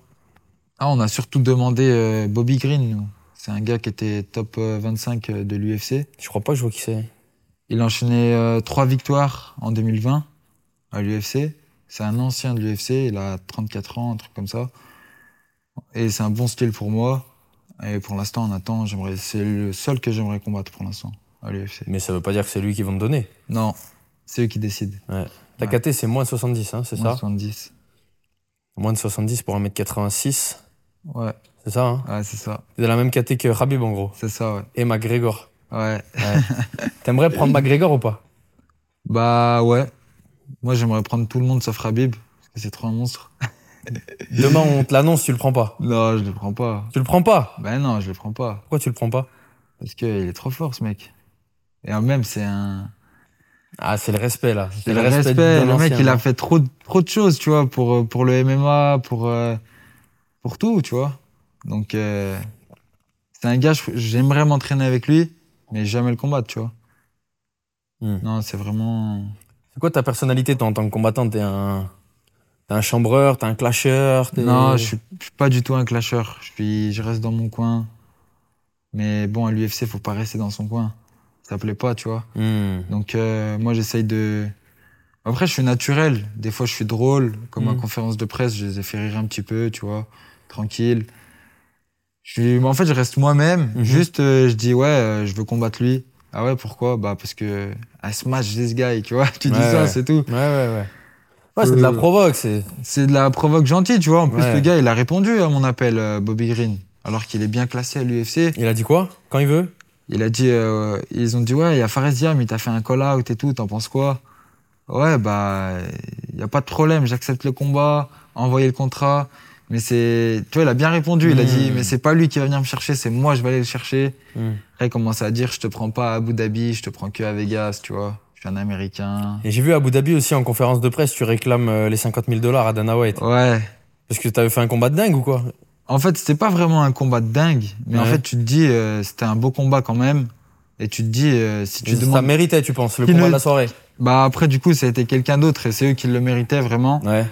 B: Ah, on a surtout demandé euh, Bobby Green, nous. C'est un gars qui était top euh, 25 euh, de l'UFC.
A: Je crois pas, que je vois qui c'est.
B: Il enchaînait euh, trois victoires en 2020 à l'UFC. C'est un ancien de l'UFC, il a 34 ans, un truc comme ça. Et c'est un bon style pour moi. Et pour l'instant, on attend. J'aimerais, c'est le seul que j'aimerais combattre pour l'instant à l'UFC.
A: Mais ça veut pas dire que c'est lui qui va me donner.
B: Non, c'est eux qui décident.
A: La
B: Ouais.
A: KT, c'est moins 70, hein, c'est
B: Moins
A: ça
B: 70.
A: Moins de 70 pour 1m86.
B: Ouais,
A: C'est ça, hein
B: ouais, c'est ça.
A: T'es dans la même KT que Rabib, en gros.
B: C'est ça, ouais.
A: Et McGregor.
B: Ouais.
A: T'aimerais prendre McGregor ou pas
B: Bah ouais. Moi, j'aimerais prendre tout le monde sauf Rabib, parce que c'est trop un monstre.
A: Demain, on te l'annonce, tu le prends pas.
B: Non, je le prends pas.
A: Tu le prends pas
B: Ben non, je le prends pas.
A: Pourquoi tu le prends pas
B: Parce qu'il est trop fort, ce mec. Et en même, c'est un.
A: Ah, c'est le respect, là.
B: C'est le respect.
A: d'un
B: Le mec,
A: ancien,
B: il a
A: hein.
B: fait trop, de- trop de choses, tu vois, pour, euh, pour le MMA, pour, euh, pour tout, tu vois. Donc, euh, c'est un gars, je- j'aimerais m'entraîner avec lui, mais jamais le combattre, tu vois.
A: Hmm.
B: Non, c'est vraiment.
A: C'est quoi ta personnalité, toi, en tant que combattant T'es un... T'es un chambreur, t'es un clasheur t'es-
B: Non, je suis, je suis pas du tout un clasheur. Je, suis, je reste dans mon coin. Mais bon, à l'UFC, faut pas rester dans son coin. Ça plaît pas, tu vois.
A: Hmm.
B: Donc euh, moi j'essaye de. Après je suis naturel. Des fois je suis drôle. Comme en
A: Mhm.
B: conférence de presse, je les ai fait rire un petit peu, tu vois, tranquille. Je suis... mais en fait je reste moi-même.
A: Mhm.
B: Juste euh, je dis ouais, euh, je veux combattre lui. Ah ouais pourquoi Bah parce que à smash this guy, tu vois. Tu dis
A: Ouais,
B: ça,
A: ouais.
B: c'est tout.
A: Ouais, ouais, ouais. Ouais, c'est de la
B: Euh,
A: provoque, c'est...
B: C'est de la provoque gentille, tu vois. En plus
A: Ouais.
B: le gars il a répondu à mon appel, euh, Bobby Green, alors qu'il est bien classé à l'UFC.
A: Il a dit quoi Quand il veut
B: Il a dit, euh, ils ont dit ouais, il y a Fares Diam, il t'a fait un call out et tout, t'en penses quoi ouais, bah, il n'y a pas de problème, j'accepte le combat, envoyer le contrat. Mais c'est. Tu vois, il a bien répondu. Il a dit,
A: Mmh.
B: mais c'est pas lui qui va venir me chercher, c'est moi, je vais aller le chercher.
A: Mm.
B: Après, il commence à dire, je te prends pas à Abu Dhabi, je te prends que à Vegas, tu vois. Je suis un Américain.
A: Et j'ai vu à Abu Dhabi aussi en conférence de presse, tu réclames euh, les 50 000 dollars à Dana White.
B: Ouais.
A: Parce que t'avais fait un combat de dingue ou quoi
B: En fait, c'était pas vraiment un combat de dingue, mais en
A: Ouais.
B: fait, tu te dis, euh, c'était un beau combat quand même. Et tu te dis, euh, si tu
A: Ça
B: demandes.
A: méritait, tu penses, le
B: Il
A: combat
B: le-
A: de la soirée.
B: Bah, après, du coup, ça a été quelqu'un d'autre et c'est eux qui le méritaient vraiment.
A: Ouais.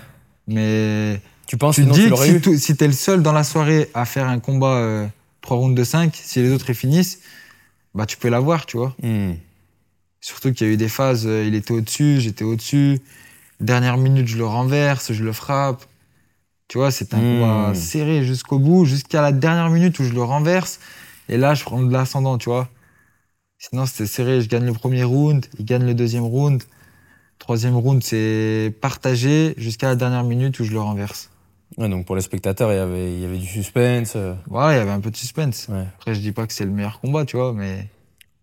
B: Mais
A: Tu penses
B: tu te
A: sinon
B: dis
A: tu
B: que
A: l'aurais
B: si,
A: eu
B: tout- si t'es le seul dans la soirée à faire un combat euh, trois rounds de 5, si les autres y finissent, bah, tu peux l'avoir, tu vois.
A: Hmm.
B: Surtout qu'il y a eu des phases, euh, il était au-dessus, j'étais au-dessus. Dernière minute, je le renverse, je le frappe. Tu vois, c'est un
A: Mm.
B: combat serré jusqu'au bout, jusqu'à la dernière minute où je le renverse. Et là, je prends de l'ascendant, tu vois. Sinon, c'était serré. Je gagne le premier round, il gagne le deuxième round. Troisième round, c'est partagé jusqu'à la dernière minute où je le renverse.
A: Ouais, donc pour les spectateurs, il y avait, il y avait du suspense. euh.
B: Voilà, il y avait un peu de suspense.
A: Ouais.
B: Après, je dis pas que c'est le meilleur combat, tu vois, mais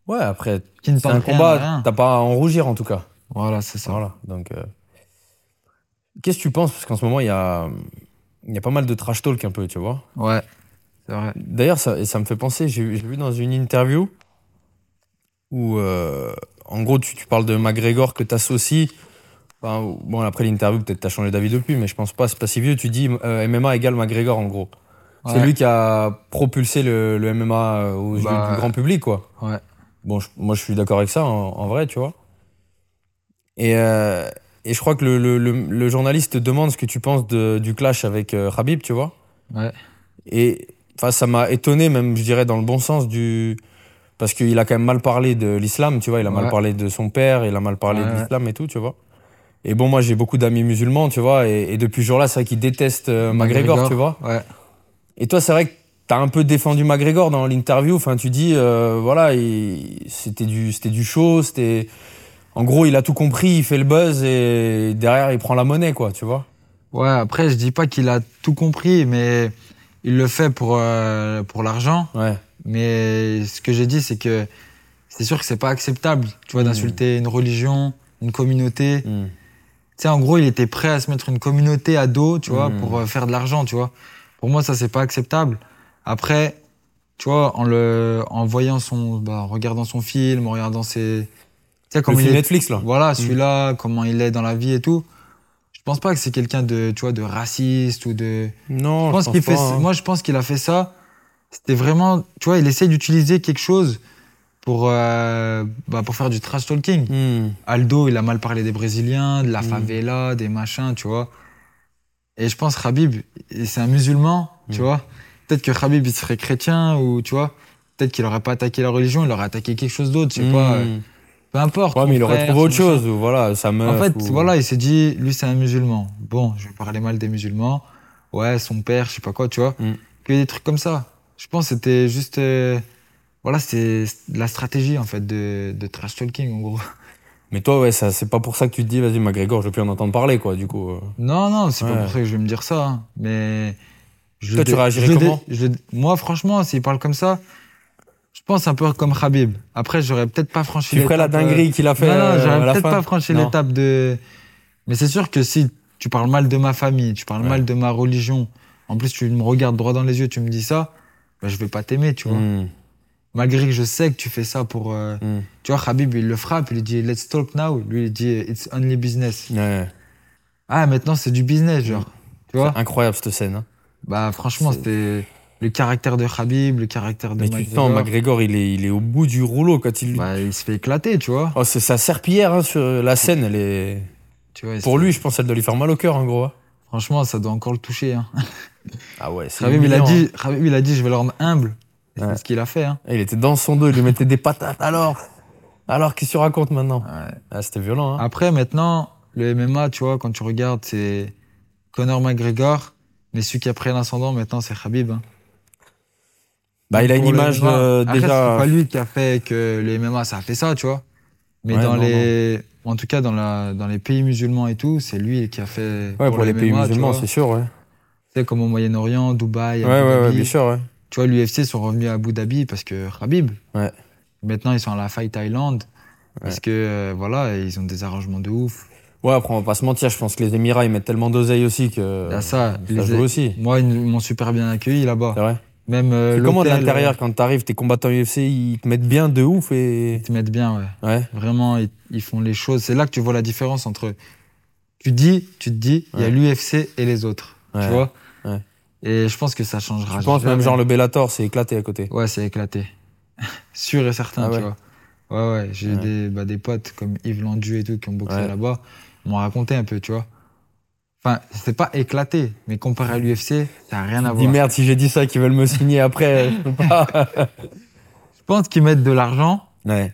A: Ouais, après,
B: qui ne
A: c'est un
B: tente rien,
A: combat,
B: rien.
A: t'as pas à en rougir en tout cas.
B: Voilà, c'est ça.
A: Voilà, donc. euh, Qu'est-ce que tu penses Parce qu'en ce moment, il y a, il y a pas mal de trash talk un peu, tu vois.
B: Ouais, c'est vrai.
A: D'ailleurs, ça, et ça me fait penser, j'ai j'ai vu dans une interview où, euh, en gros, tu, tu parles de McGregor que t'associes. Enfin, ou- bon, après l'interview, peut-être t'as changé d'avis depuis, mais je pense pas, c'est pas si vieux. Tu dis euh, MMA égale McGregor, en gros. C'est
B: Ouais.
A: lui qui a propulsé le, le MMA euh, aux yeux
B: Bah,
A: du grand public, quoi.
B: Ouais.
A: Bon, je- moi, je suis d'accord avec ça, en, en vrai, tu vois. Et, euh, et je crois que le, le- le- le journaliste te demande ce que tu penses de- du clash avec euh, Khabib, tu vois.
B: Ouais.
A: Et enfin, ça m'a étonné, même, je dirais, dans le bon sens du. Parce qu'il a quand même mal parlé de l'islam, tu vois. Il a mal
B: Ouais.
A: parlé de son père, il a mal parlé
B: Ouais,
A: de
B: ouais.
A: l'islam et tout, tu vois. Et bon, moi, j'ai beaucoup d'amis musulmans, tu vois. Et, et depuis ce jour-là, c'est vrai qu'ils détestent euh, McGregor, tu vois.
B: Ouais.
A: Et toi, c'est vrai que t'as un peu défendu McGregor dans l'interview. Enfin, tu dis, euh, voilà, il- c'était du, c'était du show, c'était. En gros, il a tout compris, il fait le buzz et derrière, il prend la monnaie, quoi, tu vois.
B: Ouais, après, je dis pas qu'il a tout compris, mais il le fait pour, euh, pour l'argent.
A: Ouais.
B: Mais ce que j'ai dit, c'est que c'est sûr que c'est pas acceptable, tu vois,
A: Mm.
B: d'insulter une religion, une communauté. Tu
A: Mm.
B: sais, en gros, il était prêt à se mettre une communauté à dos, tu vois,
A: Mm.
B: pour euh, faire de l'argent, tu vois. Pour moi, ça, c'est pas acceptable. Après, tu vois, en, le, en voyant son. Bah, en regardant son film, en regardant ses. Tu sais,
A: Le
B: comment il
A: film
B: est
A: Netflix, là.
B: voilà, celui-là, comment il est dans la vie et tout. Je pense pas que c'est quelqu'un de, tu vois, de raciste ou de.
A: Non,
B: Je pense qu'il
A: pas,
B: fait,
A: hein.
B: moi, je pense qu'il a fait ça. C'était vraiment, tu vois, il essaye d'utiliser quelque chose pour, euh, bah, pour faire du trash talking.
A: Mm.
B: Aldo, il a mal parlé des Brésiliens, de la
A: Mm.
B: favela, des machins, tu vois. Et je pense Khabib, et c'est un musulman, tu
A: Mm.
B: vois. Peut-être que Khabib, il serait chrétien ou, tu vois. Peut-être qu'il aurait pas attaqué la religion, il aurait attaqué quelque chose d'autre, je sais pas. euh,
A: Mm.
B: Peu importe.
A: Ouais, mais
B: son
A: il aurait
B: frère,
A: trouvé
B: son
A: autre
B: machin.
A: chose, ou voilà, sa meuf.
B: En fait,
A: ou-
B: voilà, il s'est dit, lui, c'est un musulman. Bon, je vais parler mal des musulmans. Ouais, son père, je sais pas quoi, tu vois.
A: Mm.
B: Que des trucs comme ça. Je pense que c'était juste. euh, voilà, c'est la stratégie, en fait, de, de trash talking, en gros.
A: Mais toi, ouais, ça, c'est pas pour ça que tu te dis, vas-y, McGregor, je veux plus en entendre parler, quoi, du coup. euh.
B: Non, non, c'est
A: Ouais.
B: pas pour ça que je vais me dire ça. hein. Mais. Je
A: Toi,
B: le
A: tu
B: dé-
A: réagirais
B: je le dé-
A: comment
B: je le dé- Moi, franchement, s'il parle comme ça, je pense un peu comme Khabib. Après, j'aurais peut-être pas franchi
A: Tu ferais la
B: l'étape, euh,
A: dinguerie qu'il a fait.
B: Non, non,
A: euh, à
B: j'aurais
A: la
B: peut-être
A: fin.
B: pas franchi
A: Non.
B: l'étape de. Mais c'est sûr que si tu parles mal de ma famille, tu parles
A: Ouais.
B: mal de ma religion, en plus tu me regardes droit dans les yeux, tu me dis ça, bah, je vais pas t'aimer, tu vois.
A: Mm.
B: Malgré que je sais que tu fais ça pour. euh,
A: Mm.
B: Tu vois, Khabib, il le frappe, il lui dit Let's talk now. Lui, il dit It's only business.
A: Ouais.
B: Ah, maintenant c'est du business, genre. Tu vois
A: Mm. C'est incroyable cette scène. hein.
B: Bah, franchement,
A: C'est-
B: c'était le caractère de Khabib, le caractère de
A: Mais tu sens, McGregor, il est, il est au bout du rouleau quand il.
B: Bah, il se fait éclater, tu vois.
A: Oh, c'est sa serpillière hein, sur la scène, elle est.
B: Tu vois il
A: Pour
B: se-
A: lui, je pense, elle doit lui faire mal au cœur, en gros. hein.
B: Franchement, ça doit encore le toucher. Hein.
A: Ah ouais, c'est.
B: Khabib, il a
A: humiliant,
B: dit, Khabib, il a dit, je vais le rendre humble. Et
A: Ouais.
B: C'est ce qu'il a fait. Hein.
A: hein. Et Il était dans son dos, il lui mettait des patates. Alors Alors, qu'est-ce que tu racontes maintenant Ah, c'était violent, hein.
B: Après, maintenant, le MMA, tu vois, quand tu regardes, c'est Conor McGregor, mais celui qui a pris l'ascendant maintenant, c'est Khabib. hein.
A: Bah, il a une
B: Pour le
A: image
B: MMA.
A: euh,
B: Après,
A: déjà.
B: C'est pas lui qui a fait que le MMA, ça a fait ça, tu vois. Mais
A: Ouais,
B: dans
A: non,
B: les, en tout cas, dans, la, dans les pays musulmans et tout, c'est lui qui a fait.
A: Ouais, pour
B: le
A: les pays
B: MMA, tu
A: musulmans,
B: vois.
A: c'est sûr, ouais.
B: Tu sais, comme au Moyen-Orient, Dubaï,
A: Ouais,
B: Abu
A: ouais, ouais,
B: Dhabi.
A: bien sûr, ouais.
B: Tu vois, l'UFC sont revenus à Abu Dhabi parce que Khabib.
A: Ouais.
B: Maintenant, ils sont à la faille Thaïlande. Parce que euh, voilà, ils ont des arrangements de ouf.
A: Ouais, après, on va pas se mentir, je pense que les Émirats, ils mettent tellement d'oseille aussi que.
B: Là, ça, les-
A: Euh, joue aussi.
B: Moi, ils m'ont super bien accueilli là-bas.
A: C'est vrai.
B: Même euh,
A: Comment de
B: l'hôtel,
A: l'intérieur, quand t'arrives, tes combattants UFC, ils te mettent bien de ouf et.
B: Ils te mettent bien, ouais.
A: Ouais.
B: Vraiment, ils, ils font les choses. C'est là que tu vois la différence entre. Tu dis, tu te dis, il y a
A: Ouais.
B: l'UFC et les autres.
A: Ouais.
B: Tu vois
A: Ouais.
B: Et je pense que ça changera.
A: Je pense
B: jamais.
A: même, genre, le Bellator, c'est éclaté à côté.
B: Ouais, c'est éclaté. Sûr et certain,
A: Ah ouais.
B: tu vois. Ouais, ouais. J'ai
A: Ouais.
B: Des, bah, des potes comme Yves Landu et tout qui ont boxé
A: Ouais.
B: là-bas. Ils m'ont raconté un peu, tu vois. Enfin, c'était pas éclaté, mais comparé à l'UFC, ça n'a rien à
A: Je Dis
B: voir.
A: merde, si j'ai dit ça, qu'ils veulent me signer après. euh, je peux pas.
B: Je pense qu'ils mettent de l'argent,
A: ouais.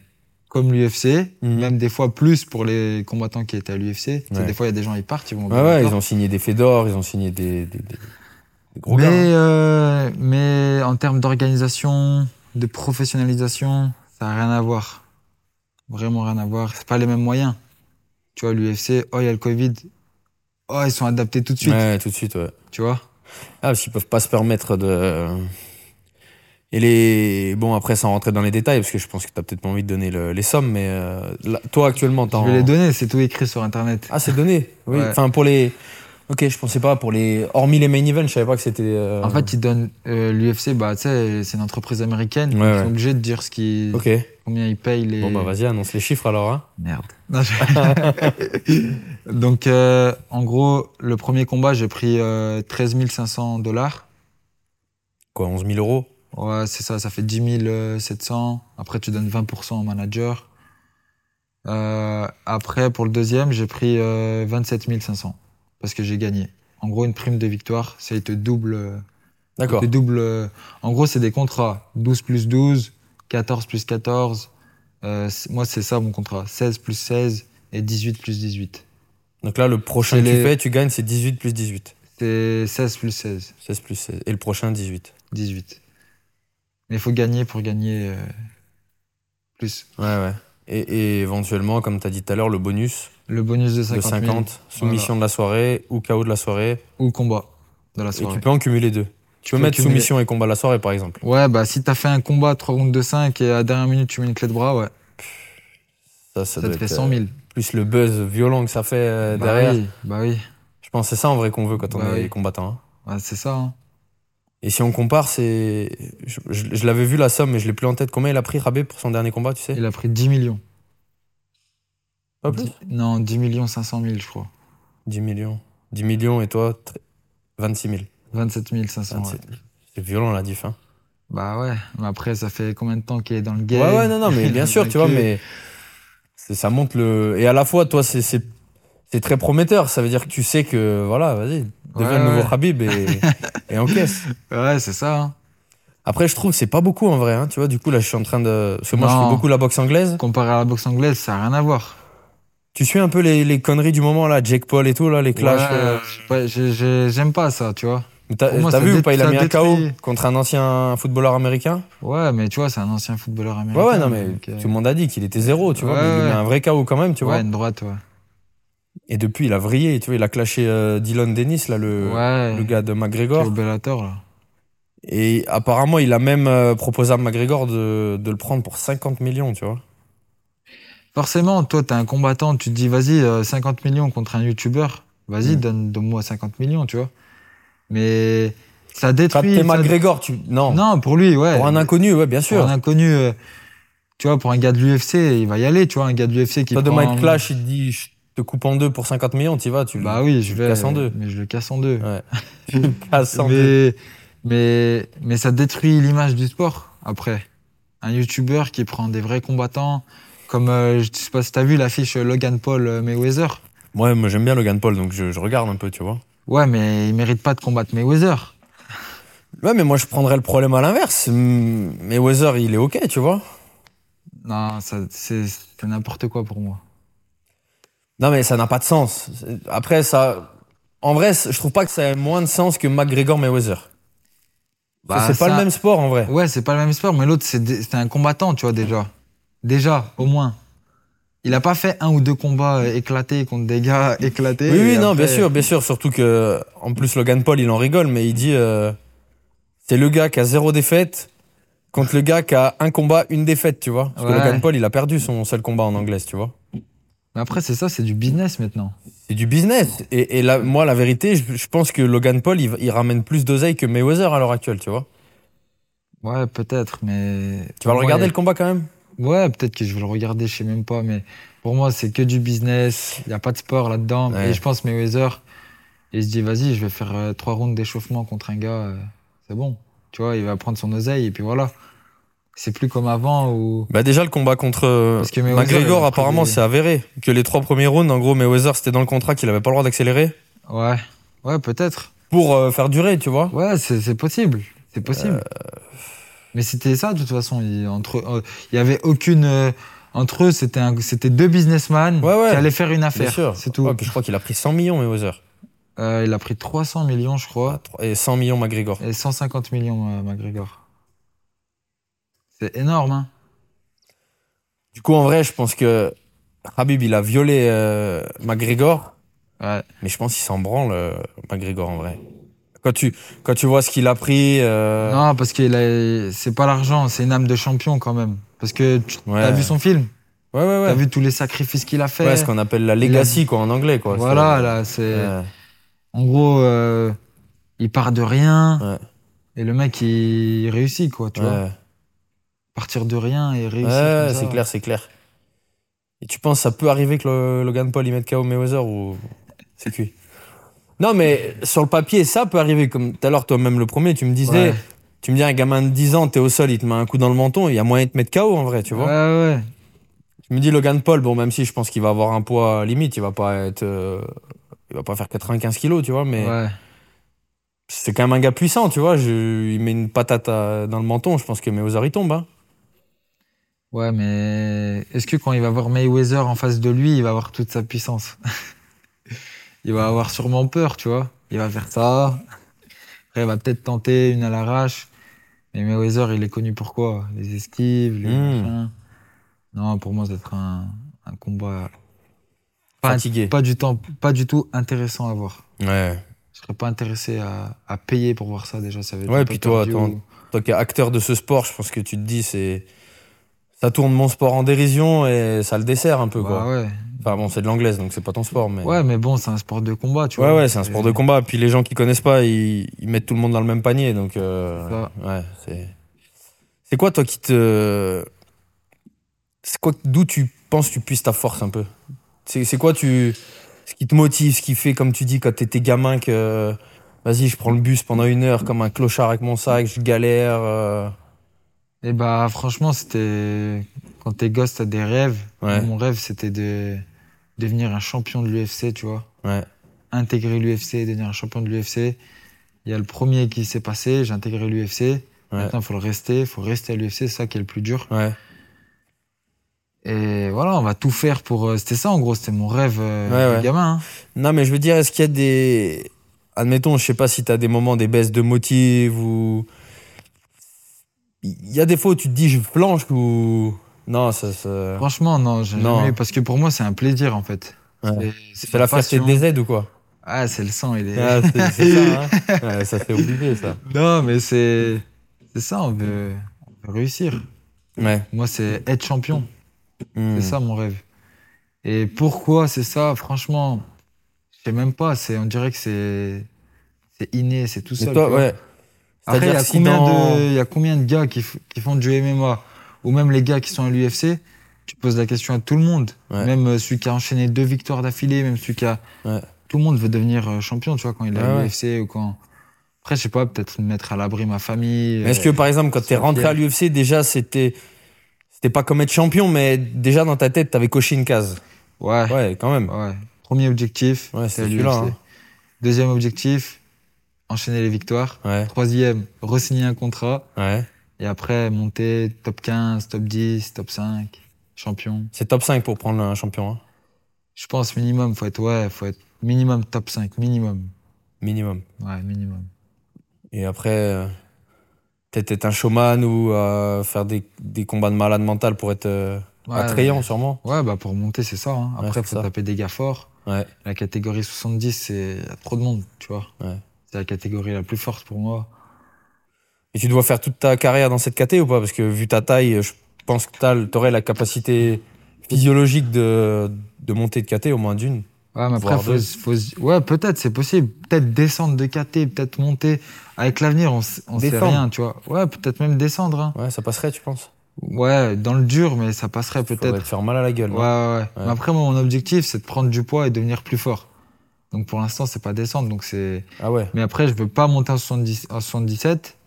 B: comme l'UFC,
A: Mhm.
B: même des fois plus pour les combattants qui étaient à l'UFC. Tu sais,
A: Ouais.
B: des fois, il y a des gens, ils partent, ils vont au
A: Ouais, ouais,
B: Bellator.
A: ils ont signé des Fedor, ils ont signé des, des, des- des gros
B: mais,
A: gars. hein.
B: euh, mais en termes d'organisation, de professionnalisation, ça n'a rien à voir. Vraiment rien à voir. C'est pas les mêmes moyens. Tu vois, l'UFC, oh, il y a le Covid. Oh, ils sont adaptés tout de suite.
A: Ouais, tout de suite, ouais.
B: Tu vois
A: Ah, parce qu'ils peuvent pas se permettre de. euh, Et les. Bon, après, sans rentrer dans les détails, parce que je pense que t'as peut-être pas envie de donner le- les sommes, mais euh, là, toi, actuellement,
B: Je
A: t'en.
B: vais les donner, c'est tout écrit sur Internet.
A: Ah, c'est donné Oui.
B: Ouais.
A: Enfin, pour les. Ok, je pensais pas, pour les. Hormis les main events, je savais pas que c'était. euh,
B: En fait, ils donnent euh, l'UFC, bah, tu sais, c'est une entreprise américaine.
A: Ouais,
B: ils
A: ouais.
B: sont obligés de dire ce qui,
A: Ok.
B: combien ils payent les.
A: Bon, bah, vas-y, annonce les chiffres alors, hein.
B: Merde. Non, je- Donc, euh, en gros, le premier combat, j'ai pris euh, 13 500 dollars.
A: Quoi, 11 000 euros
B: Ouais, c'est ça, ça fait 10 700. Après, tu donnes 20% au manager. Euh, après, pour le deuxième, j'ai pris euh, 27 500 parce que j'ai gagné. En gros, une prime de victoire, c'est il te double. euh, il
A: D'accord.
B: te double euh, en gros, c'est des contrats 12 plus 12, 14 plus 14. Euh, c'est- moi, c'est ça mon contrat 16 plus 16 et 18 plus 18.
A: Donc là, le prochain
B: C'est
A: que
B: les-
A: tu fais, tu gagnes, c'est 18 plus 18.
B: C'est 16 plus 16,
A: 16 plus 16. Et le prochain, 18.
B: 18. Mais il faut gagner pour gagner euh, plus.
A: Ouais, ouais. Et, et éventuellement, comme t'as dit tout à l'heure, le bonus
B: Le bonus de
A: de
B: 50 000.
A: 50, soumission de la soirée ou KO de la soirée.
B: ou combat de la
A: Et
B: soirée.
A: tu peux en cumuler deux. Tu peux
B: peux
A: mettre
B: cumuler.
A: soumission et combat la soirée, par exemple.
B: Ouais, bah si t'as fait un combat 3 rounds de 5 et à la dernière minute tu mets une clé de bras, ouais,
A: Ça, ça,
B: ça,
A: doit
B: te fait
A: être,
B: 100 000.
A: euh, Plus le buzz violent que ça fait euh,
B: bah
A: derrière.
B: oui, bah oui,
A: Je pense que c'est ça en vrai qu'on veut quand on
B: Bah
A: est
B: oui.
A: combattant. hein.
B: Ouais, c'est ça. hein.
A: Et si on compare, c'est. Je, je- je l'avais vu la somme, mais je l'ai plus en tête. Combien il a pris Rabé pour son dernier combat, tu sais
B: Il a pris 10 millions.
A: Pas plus
B: Dix- Non, 10 millions 500 000, je crois.
A: 10 millions. 10 millions et toi, tr- 26 000.
B: 27 500. ouais.
A: 27 000. C'est violent la diff. hein.
B: Bah ouais, mais après ça fait combien de temps qu'il est dans le game
A: Ouais, ouais, non, non, mais
B: Il
A: bien
B: a
A: sûr, tu vois,
B: vaincu.
A: mais c'est- ça monte le. Et à la fois, toi, c'est- c'est c'est très prometteur. Ça veut dire que tu sais que, voilà, vas-y, deviens
B: Ouais,
A: le nouveau
B: ouais.
A: Khabib et, et encaisse.
B: Ouais, c'est ça. hein.
A: Après, je trouve que c'est pas beaucoup en vrai, hein, tu vois. Du coup, là, je suis en train de. Parce que moi, je
B: Non.
A: fais beaucoup la boxe anglaise.
B: Comparé à la boxe anglaise, ça n'a rien à voir.
A: Tu suis un peu les, les conneries du moment, là, Jake Paul et tout, là, les clashs.
B: Ouais,
A: euh,
B: je sais pas, j'ai- j'ai- J'aime pas ça, tu vois.
A: mais T'as
B: pour moi,
A: t'as
B: ça
A: vu ou
B: dé-
A: pas Il a
B: ça
A: mis un KO
B: détruit.
A: contre un ancien footballeur américain
B: Ouais, mais tu vois, c'est un ancien footballeur
A: Ouais,
B: américain.
A: ouais, non, mais
B: donc, euh,
A: tout le monde a dit qu'il était zéro, tu vois.
B: Ouais,
A: mais il
B: ouais.
A: met un vrai KO quand même, tu vois.
B: Ouais, une droite, ouais.
A: Et depuis, il a vrillé, tu vois. Il a clashé euh, Dylan Dennis, là, le,
B: ouais,
A: Euh, le gars de
B: qui est
A: McGregor.
B: au Bellator, là.
A: Et apparemment, il a même euh, proposé à McGregor de, de le prendre pour 50 millions, tu vois.
B: Forcément, toi, t'es un combattant, tu te dis, vas-y, euh, 50 millions contre un youtubeur, vas-y,
A: Mm.
B: donne, donne-moi 50 millions, tu vois. Mais ça
A: Quand
B: détruit.
A: t'es
B: ça-
A: McGregor, tu. Non.
B: Non, pour lui, ouais.
A: Pour un inconnu, ouais, bien
B: Pour
A: sûr.
B: un inconnu, euh, tu vois, pour un gars de l'UFC, il va y aller, tu vois, un gars de l'UFC qui.
A: Toi,
B: prend
A: demain, il
B: un-
A: te clash, il te dit je te coupe en deux pour 50 millions, t'y vas, tu le-
B: Bah oui, je
A: tu
B: vais.
A: le casses en deux.
B: Mais je le casse en deux.
A: Ouais. Tu le casses en deux.
B: mais, mais, mais ça détruit l'image du sport après. Un youtubeur qui prend des vrais combattants, comme euh, je sais pas si t'as vu l'affiche Logan Paul euh, Mayweather.
A: Ouais, moi j'aime bien Logan Paul, donc je, je regarde un peu, tu vois.
B: Ouais, mais il mérite pas de combattre Mayweather.
A: Ouais, mais moi je prendrais le problème à l'inverse. Hum, Mais Weather, il est ok, tu vois.
B: Non, ça, c'est c'est n'importe quoi pour moi.
A: Non, mais ça n'a pas de sens. C'est- Après, ça. En vrai, c'est- je trouve pas que ça ait moins de sens que McGregor Mayweather. Parce que c'est
B: Bah, ça-
A: pas le même sport en vrai.
B: Ouais, c'est pas le même sport, mais l'autre, c'est des- c'est un combattant, tu vois, déjà. Déjà, au moins. Il a pas fait un ou deux combats euh, éclatés contre des gars éclatés.
A: Oui, oui,
B: et
A: non, bien
B: après-
A: sûr, bien sûr. Surtout que, en plus, Logan Paul, il en rigole, mais il dit euh, c'est le gars qui a zéro défaite, contre le gars qui a un combat, une défaite, tu vois. Parce
B: Ouais.
A: que Logan Paul, il a perdu son seul combat en anglaise, tu vois.
B: Mais après, c'est ça, c'est du business maintenant.
A: C'est du business. Et, et là, moi, la vérité, je, je pense que Logan Paul, il, il ramène plus d'oseille que Mayweather à l'heure actuelle, tu vois.
B: Ouais, peut-être, mais.
A: Tu vas le
B: Ouais,
A: regarder le combat quand même
B: Ouais, peut-être que je vais le regarder, je sais même pas, mais pour moi, c'est que du business, il n'y a pas de sport là-dedans.
A: Ouais.
B: Et je pense Mayweather, il se dit, vas-y, je vais faire euh, trois rounds d'échauffement contre un gars, euh, c'est bon. Tu vois, il va prendre son oseille et puis voilà. C'est plus comme avant où.
A: Bah déjà, le combat contre euh,
B: Parce que Mayweather, il
A: McGregor,
B: a
A: apparemment,
B: pris des-
A: c'est avéré. Que les trois premiers rounds, en gros, Mayweather, c'était dans le contrat qu'il avait pas le droit d'accélérer
B: Ouais, ouais, peut-être.
A: pour euh, faire durer, tu vois.
B: Ouais, c'est c'est possible. C'est possible.
A: Euh.
B: Mais c'était ça, de toute façon. Il, entre, euh, il y avait aucune. euh, entre eux, c'était un- c'était deux businessmen
A: Ouais, ouais.
B: qui allaient faire une
A: Bien
B: affaire.
A: sûr.
B: C'est tout.
A: Ouais, puis je crois qu'il a pris 100 millions, Mayweather.
B: Euh, il a pris 300 millions, je crois.
A: Et 100 millions, McGregor.
B: Et 150 millions, euh, McGregor. C'est énorme, hein
A: Du coup, en vrai, je pense que Habib, il a violé euh, McGregor,
B: Ouais.
A: mais je pense qu'il s'en branle, euh, McGregor, en vrai. Quand tu, quand tu vois ce qu'il a pris. euh,
B: Non, parce que c'est pas l'argent, c'est une âme de champion quand même. Parce que tu
A: Ouais.
B: as vu son film,
A: Ouais, ouais,
B: t'as
A: ouais.
B: vu tous les sacrifices qu'il a fait.
A: Ouais, ce qu'on appelle la legacy, quoi, en anglais, quoi.
B: voilà, là, c'est.
A: C'est- Ouais.
B: En gros, euh, il part de rien.
A: Ouais.
B: Et le mec, il réussit, quoi, tu vois.
A: Ouais.
B: Partir de rien et réussir.
A: Ouais,
B: comme ça.
A: c'est clair, c'est clair. Et tu penses, ça peut arriver que le- Logan Paul y mette KO Mayweather ou c'est cuit Non, mais sur le papier, ça peut arriver. Comme tout à l'heure, toi-même le premier, tu me disais,
B: Ouais.
A: tu me dis, un gamin de 10 ans, t'es au sol, il te met un coup dans le menton, il y a moyen de te mettre KO en vrai, tu vois.
B: Ouais, ouais.
A: Je me dis, Logan Paul, bon, même si je pense qu'il va avoir un poids limite, il va pas être. euh, il va pas faire 95 kilos, tu vois, mais
B: ouais.
A: c'est quand même un gars puissant, tu vois. Je, il met une patate à- dans le menton, je pense que Mayweather, il tombe. hein.
B: Ouais, mais est-ce que quand il va voir Mayweather en face de lui, il va avoir toute sa puissance Il va avoir sûrement peur, tu vois. Il va faire ça. Après, il va peut-être tenter une à l'arrache. Mais Mayweather, il est connu pour quoi Les esquives, les
A: Hmm.
B: machins. Non, pour moi, ça sera un, un combat pas,
A: Fatigué.
B: pas du temps, pas du tout intéressant à voir.
A: Ouais.
B: Je serais pas intéressé à, à payer pour voir ça déjà. Ça va être
A: Ouais,
B: un
A: puis toi,
B: pay-per-view.
A: attends, toi qui es acteur de ce sport, je pense que tu te dis, c'est. Ça tourne mon sport en dérision et ça le dessert un peu,
B: Bah
A: quoi.
B: ouais.
A: Enfin bon, c'est de l'anglaise, donc c'est pas ton sport, mais.
B: ouais, mais bon, c'est un sport de combat, tu
A: Ouais,
B: vois.
A: ouais, c'est un sport de combat. Puis les gens qui connaissent pas, ils, ils mettent tout le monde dans le même panier, donc. euh,
B: Ça.
A: ouais, c'est. C'est quoi, toi, qui te. C'est quoi, d'où tu penses tu puisses ta force un peu C'est c'est quoi, tu. Ce qui te motive, ce qui fait, comme tu dis, quand t'étais gamin, que. Vas-y, je prends le bus pendant une heure comme un clochard avec mon sac, je galère. euh,
B: Et bah franchement, c'était quand t'es gosse, t'as des rêves.
A: Ouais.
B: Mon rêve, c'était de devenir un champion de l'UFC, tu vois.
A: Ouais.
B: Intégrer l'UFC, devenir un champion de l'UFC. Il y a le premier qui s'est passé, j'ai intégré l'UFC. Maintenant, faut le rester, faut rester à l'UFC, c'est ça qui est le plus dur.
A: Ouais.
B: Et voilà, on va tout faire pour. euh, C'était ça en gros, c'était mon rêve euh,
A: Ouais,
B: de
A: ouais.
B: gamin. hein.
A: Non, mais je veux dire, est-ce qu'il y a des. Admettons, je sais pas si t'as des moments, des baisses de motifs ou. Il y a des fois où tu te dis je flanche ou. Non, ça. ça...
B: Franchement, non, j'ai
A: Non.
B: jamais eu, parce que pour moi, c'est un plaisir en fait.
A: Ouais.
B: C'est
A: C'est
B: une
A: la fierté
B: passion.
A: des aides ou quoi
B: Ah, c'est le sang, il est.
A: Ah, C'est c'est ça, hein Ouais, ça fait oublier ça.
B: Non, mais c'est. C'est ça, on veut, on veut réussir.
A: Ouais.
B: Moi,
A: Mm.
B: c'est être champion.
A: Hmm.
B: C'est ça mon rêve. Et pourquoi c'est ça Franchement, je sais même pas. C'est, on dirait que c'est, c'est inné, c'est tout
A: Mais
B: seul.
A: toi,
B: tu vois.
A: ouais.
B: Après, il y,
A: C'est-à-dire
B: a
A: si
B: combien
A: dans-
B: de, il y a combien de gars qui, f- qui font du MMA ou même les gars qui sont à l'UFC Tu poses la question à tout le monde.
A: Ouais.
B: Même euh, celui qui a enchaîné deux victoires d'affilée, même celui qui a.
A: Ouais.
B: Tout le monde veut devenir euh, champion, tu vois, quand il est
A: Ouais,
B: à
A: ouais.
B: l'UFC ou quand. Après, je sais pas, peut-être mettre à l'abri ma famille. euh,
A: Mais est-ce que par exemple, quand t'es
B: sur le
A: rentré à
B: terrain.
A: l'UFC, déjà c'était. C'était pas comme être champion, mais déjà dans ta tête, t'avais coché une case.
B: Ouais.
A: Ouais, quand même.
B: Ouais. Premier objectif,
A: Ouais, c'est
B: à
A: celui-là,
B: l'UFC.
A: hein.
B: Deuxième objectif, enchaîner les victoires.
A: Ouais,
B: Troisième, re-signer un contrat.
A: ouais.
B: Et après, monter top 15, top 10, top 5, champion.
A: C'est top 5 pour prendre un champion, hein.
B: Je pense minimum, faut être, ouais, faut être minimum top 5, minimum.
A: minimum.
B: Ouais, minimum.
A: Et après, euh, peut-être être un showman ou euh, faire des, des combats de malade mental pour être euh,
B: Ouais,
A: attrayant, sûrement.
B: Ouais, bah pour monter, c'est ça. hein.
A: Ouais,
B: Après,
A: c'est
B: faut
A: ça.
B: taper des gars forts.
A: Ouais,
B: La catégorie 70, c'est y a trop de monde, tu vois.
A: ouais.
B: C'est la catégorie la plus forte pour moi.
A: Et tu dois faire toute ta carrière dans cette caté ou pas Parce que vu ta taille, je pense que tu aurais la capacité physiologique de, de monter de caté au moins d'une.
B: Ouais, mais après,
A: Voire
B: faut,
A: deux.
B: se- faut se- ouais, peut-être, c'est possible. Peut-être descendre de KT, peut-être monter. Avec l'avenir, on, s- on sait
A: Descendre.
B: rien, tu vois. Ouais, peut-être même descendre. hein.
A: Ouais, ça passerait, tu penses
B: Ouais, dans le dur, mais ça passerait
A: Faudrait
B: peut-être.
A: te faire mal à la gueule.
B: Ouais, ouais,
A: non
B: ouais.
A: Ouais.
B: Mais après, moi, mon objectif, c'est de prendre du poids et devenir plus fort. Donc pour l'instant, c'est pas descendre. Donc c'est.
A: Ah ouais
B: Mais après, je veux pas monter en, 70 en 77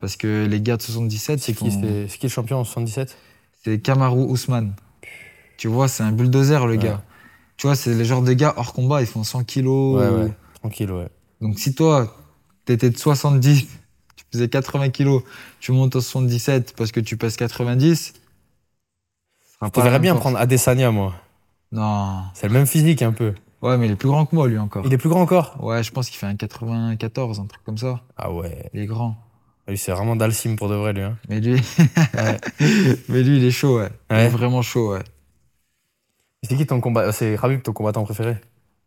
B: parce que les gars de 77,
A: C'est
B: ils
A: qui
B: font-
A: C'est c'est qui le champion en 77
B: C'est Kamaru Ousmane. Tu vois, c'est un bulldozer, le
A: Ouais.
B: gars. Tu vois, c'est les genres de gars hors combat, ils font 100 kilos.
A: Ouais, ouais. Tranquille, ouais.
B: Donc si toi, t'étais de 70, tu faisais 80 kilos, tu montes en 77 parce que tu passes 90.
A: Je te verrais bien prendre Adesanya, moi.
B: Non.
A: C'est le même physique, un peu.
B: Ouais, mais il est plus grand que moi, lui, encore.
A: Il est plus grand encore
B: Ouais, je pense qu'il fait un 94, un truc comme ça.
A: Ah ouais.
B: Il est grand.
A: Lui, c'est vraiment Dalsim pour de vrai, lui. hein.
B: Mais lui, mais lui il est chaud, ouais. Il est
A: Ouais.
B: vraiment chaud, ouais.
A: C'est qui ton combat euh, C'est Khabib, ton combattant préféré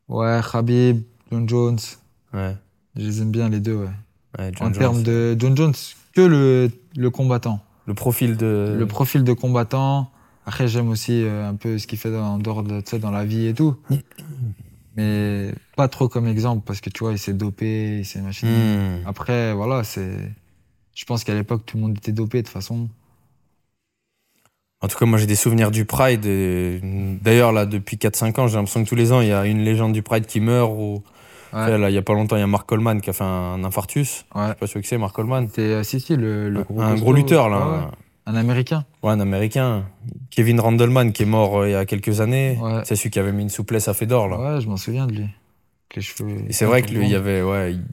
B: Ouais, Khabib, John Jones,
A: Ouais.
B: je les aime bien les deux, ouais.
A: ouais
B: en
A: John
B: termes
A: Jones.
B: de John Jones, que le, le combattant.
A: Le profil de.
B: le profil de combattant. Après, j'aime aussi euh, un peu ce qu'il fait dans- en dehors de, tu sais, dans la vie et tout.
A: Mm.
B: Mais pas trop comme exemple parce que tu vois, il s'est dopé, il s'est machiné.
A: Hmm.
B: Après, voilà, c'est. Je pense qu'à l'époque, tout le monde était dopé de toute façon.
A: En tout cas, moi, j'ai des souvenirs du Pride. et- D'ailleurs, là, depuis 4-5 ans, j'ai l'impression que tous les ans, il y a une légende du Pride qui meurt. Ou...
B: Ouais.
A: Tu sais, là, il y a pas longtemps, il y a Mark Coleman qui a fait un infarctus.
B: Ouais.
A: Je sais pas ce que c'est, Mark Coleman.
B: C'était euh, si, si, le, le gros
A: un
B: costaud.
A: gros lutteur, là.
B: Ouais, ouais. Un américain.
A: Ouais, un américain. Kevin Randleman, qui est mort euh, il y a quelques années.
B: Ouais.
A: C'est celui qui avait mis une souplesse à Fedor, là.
B: Ouais, je m'en souviens de lui. Avec les cheveux.
A: Et c'est vrai que lui, il y avait. Ouais, il-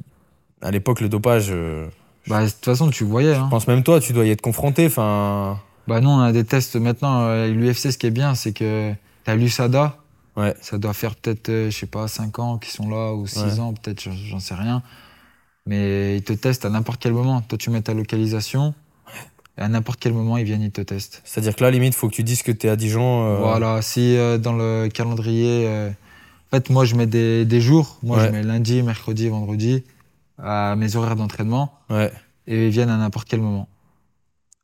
A: À l'époque, le dopage. euh,
B: Bah, de toute façon, tu voyais. Hein.
A: Je pense même toi, tu dois y être confronté. Enfin.
B: Bah non, on a des tests maintenant. euh, Avec l'UFC, ce qui est bien, c'est que t'as l'USADA.
A: Ouais.
B: Ça doit faire peut-être, euh, je sais pas, 5 ans qu'ils sont là ou 6
A: Ouais.
B: ans, peut-être, j'en- j'en sais rien. Mais ils te testent à n'importe quel moment. Toi, tu mets ta localisation et à n'importe quel moment, ils viennent, ils te testent.
A: C'est-à-dire que là, limite, faut que tu dises que t'es à Dijon. euh,
B: Voilà, si euh, dans le calendrier. euh, en fait, moi, je mets des, des jours. Moi, je
A: Ouais.
B: mets lundi, mercredi, vendredi à mes horaires d'entraînement
A: Ouais.
B: et ils viennent à n'importe quel moment.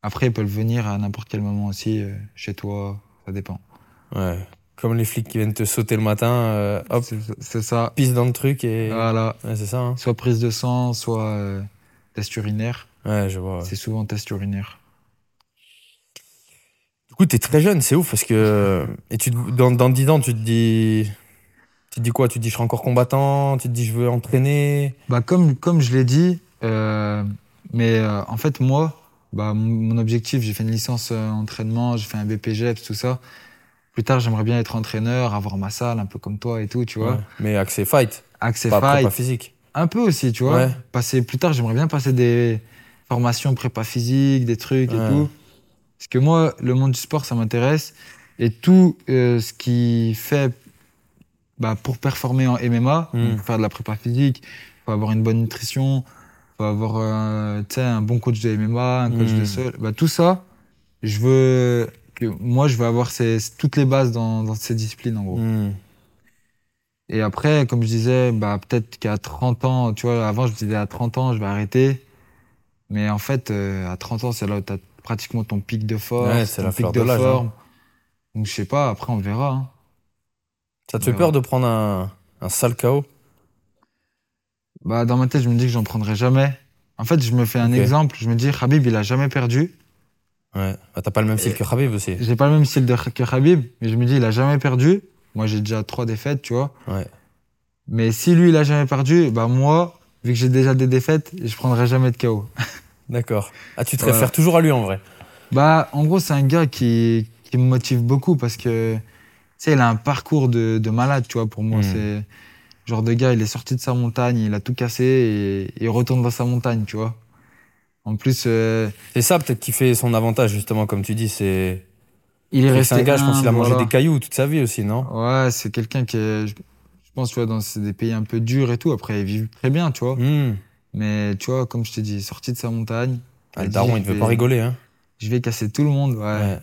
B: Après, ils peuvent venir à n'importe quel moment aussi, euh, chez toi, ça dépend.
A: Ouais. Comme les flics qui viennent te sauter le matin, euh, hop,
B: C'est- C'est ça.
A: pisse dans le truc et.
B: Voilà.
A: Ouais, c'est ça, hein.
B: Soit prise de sang, soit euh, test urinaire.
A: Ouais, je vois.
B: C'est souvent test urinaire.
A: Du coup, t'es très jeune, c'est ouf parce que. Et tu te- dans, dans 10 ans, tu te dis. Tu te dis quoi Tu te dis je serai encore combattant Tu te dis je veux entraîner
B: Bah, comme, comme je l'ai dit, euh, mais euh, en fait, moi, bah, mon, mon objectif, j'ai fait une licence euh, entraînement, j'ai fait un BPGEPS, E tout ça. Plus tard, j'aimerais bien être entraîneur, avoir ma salle, un peu comme toi et tout, tu vois.
A: Ouais. Mais accès fight,
B: Accès
A: pas
B: fight,
A: prépa physique.
B: Un peu aussi, tu vois.
A: Ouais.
B: Passer, plus tard, j'aimerais bien passer des formations prépa physique, des trucs
A: Ouais.
B: et tout. Parce que moi, le monde du sport, ça m'intéresse. Et tout euh, ce qui fait bah, pour performer en MMA,
A: Mm.
B: donc faire de la prépa physique, faut avoir une bonne nutrition, faut avoir euh, tu sais, un bon coach de MMA, un coach
A: Mm.
B: de sol. Bah, tout ça, je veux que moi, je veux avoir ces- toutes les bases dans, dans ces disciplines, en gros.
A: Hmm.
B: Et après, comme je disais, bah, peut-être qu'à 30 ans, tu vois, avant, je me disais à 30 ans, je vais arrêter. Mais en fait, euh, à 30 ans, c'est là où tu as pratiquement ton pic de force,
A: Ouais, c'est la
B: ton pic
A: fleur de l'âge, hein.
B: Donc, je sais pas, après, on verra. hein.
A: Ça te fait
B: Ouais,
A: peur
B: ouais.
A: de prendre un, un sale KO
B: Bah, dans ma tête, je me dis que j'en prendrai jamais. En fait, je me fais un
A: Ok.
B: exemple. Je me dis, Khabib, il a jamais perdu.
A: Ouais. Bah, t'as pas le même style que Khabib aussi.
B: J'ai pas le même style de, que Khabib, mais je me dis, il a jamais perdu. Moi, j'ai déjà trois défaites, tu vois.
A: Ouais.
B: Mais si lui, il a jamais perdu, bah, moi, vu que j'ai déjà des défaites, je prendrai jamais de KO.
A: D'accord. Ah, tu te
B: Ouais.
A: réfères toujours à lui en vrai
B: Bah, en gros, c'est un gars qui, qui me motive beaucoup parce que, tu sais, il a un parcours de, de malade, tu vois, pour moi.
A: Mm.
B: C'est le genre de gars, il est sorti de sa montagne, il a tout cassé et, et il retourne dans sa montagne, tu vois. En plus, euh,
A: C'est ça peut-être qui fait son avantage justement, comme tu dis. C'est.
B: il est
A: C'est
B: resté.
A: un gars, je pense qu'il a
B: humble,
A: mangé
B: voilà.
A: des cailloux toute sa vie aussi, non
B: Ouais, c'est quelqu'un qui est, je je pense, tu vois, dans ces- des pays un peu durs et tout. Après, il vit très bien, tu vois.
A: Hmm.
B: Mais tu vois, comme je t'ai dit, sorti de sa montagne. il
A: Ah,
B: a
A: le
B: dit,
A: daron, il
B: je
A: ne veut
B: vais-
A: pas rigoler, hein.
B: Je vais casser tout le monde, ouais.
A: Ouais.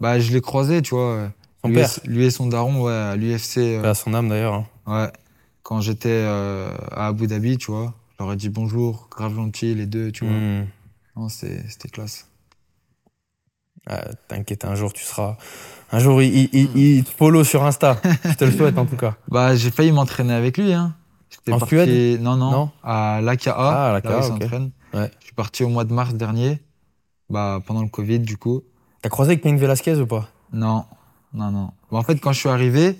B: Bah, je l'ai croisé, tu vois.
A: Son
B: lui,
A: père. Bah,
B: Et, lui et son daron, ouais, à l'UFC.
A: Paix à son âme d'ailleurs. hein.
B: Ouais. Quand j'étais euh, à Abu Dhabi, tu vois, je leur ai dit bonjour, grave gentil, les deux, tu vois.
A: Hmm.
B: Non, c'était c'était classe.
A: Ah, T'inquiète, un jour tu seras. Un jour, il, il- il- il te follow sur Insta. Je te le souhaite en tout cas.
B: Bah, j'ai failli m'entraîner avec lui. Hein. J'étais
A: En
B: parti...
A: Suède
B: Non, non,
A: Non
B: À l'AKA.
A: Ah, à
B: là
A: l'AKA,
B: où il
A: ok.
B: s'entraîne.
A: Ouais.
B: Je suis parti au mois de mars dernier, bah, pendant le Covid, du coup.
A: T'as croisé avec Ming Velasquez ou pas
B: Non, non, non. Bah, en fait, quand je suis arrivé,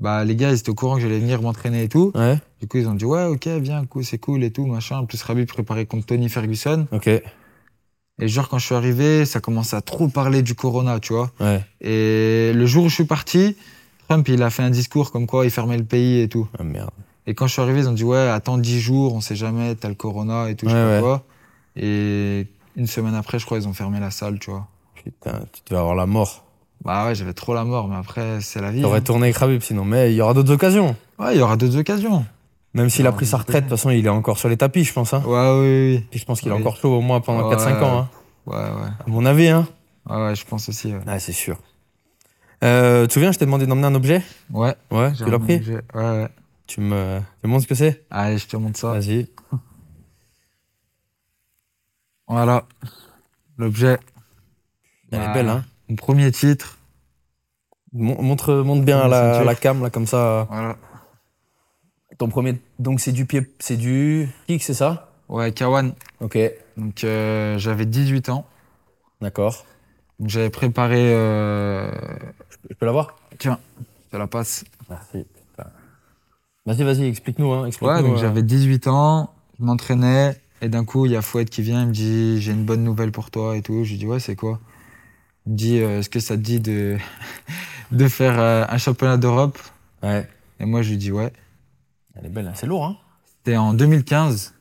B: bah, les gars, ils étaient au courant que j'allais venir m'entraîner et tout.
A: Ouais.
B: Du coup, ils ont dit, ouais, ok, viens, cou- c'est cool et tout, machin. En plus, Rabi préparé contre Tony Ferguson.
A: Ok.
B: Et genre, quand je suis arrivé, ça commençait à trop parler du corona, tu vois.
A: Ouais.
B: Et le jour où je suis parti, Trump, il a fait un discours comme quoi il fermait le pays et tout.
A: Ah merde.
B: Et quand je suis arrivé, ils ont dit, ouais, attends 10 jours, on sait jamais, t'as le corona et tout, je
A: Ouais,
B: sais pas
A: ouais.
B: quoi. Et une semaine après, je crois, ils ont fermé la salle, tu vois.
A: Putain, tu devais avoir la mort.
B: Bah ouais, j'avais trop la mort, mais après, c'est la vie.
A: T'aurais
B: hein.
A: tourné avec Khabib sinon. Mais il y aura d'autres occasions.
B: Ouais, il y aura d'autres occasions.
A: Même s'il a
B: Non,
A: pris sa
B: mais-
A: retraite, de toute façon, il est encore sur les tapis, je pense. Hein.
B: Ouais, oui, oui.
A: Et je pense qu'il est
B: Oui.
A: encore chaud au moins pendant
B: Ouais.
A: 4-5 ans. Hein.
B: Ouais, ouais.
A: À mon avis, hein.
B: Ouais, ouais, je pense aussi. Ouais.
A: Ah, c'est sûr. Euh, tu te souviens, je t'ai demandé d'emmener un objet
B: ouais
A: Ouais,
B: j'ai
A: tu l'as
B: un
A: pris
B: objet. Ouais, ouais.
A: Tu me tu me montres ce que c'est
B: Allez, je te montre ça.
A: Vas-y.
B: Voilà. L'objet.
A: Elle
B: Bah,
A: est belle, hein
B: Mon premier titre.
A: Mon- montre, montre bien à
B: Première
A: la, à la
B: ceinture.
A: cam, là, comme ça.
B: Voilà.
A: Ton premier. Donc, c'est du pied. C'est du kick, c'est ça
B: Ouais, Kawan.
A: Ok.
B: Donc, euh, j'avais 18 ans.
A: D'accord.
B: Donc, j'avais préparé. euh,
A: Je peux l'avoir
B: Tiens, je te la passe.
A: Merci. Putain. Vas-y, vas-y, explique-nous. Hein, explique
B: Ouais, donc j'avais 18 ans. Je m'entraînais. Et d'un coup, il y a Fouette qui vient. Il me dit J'ai une bonne nouvelle pour toi et tout. Je lui dis Ouais, c'est quoi Il me dit euh, Est-ce que ça te dit de, de faire euh, un championnat d'Europe
A: Ouais.
B: Et moi, je lui dis Ouais.
A: Elle est belle, hein. c'est lourd, hein
B: C'était en 2015,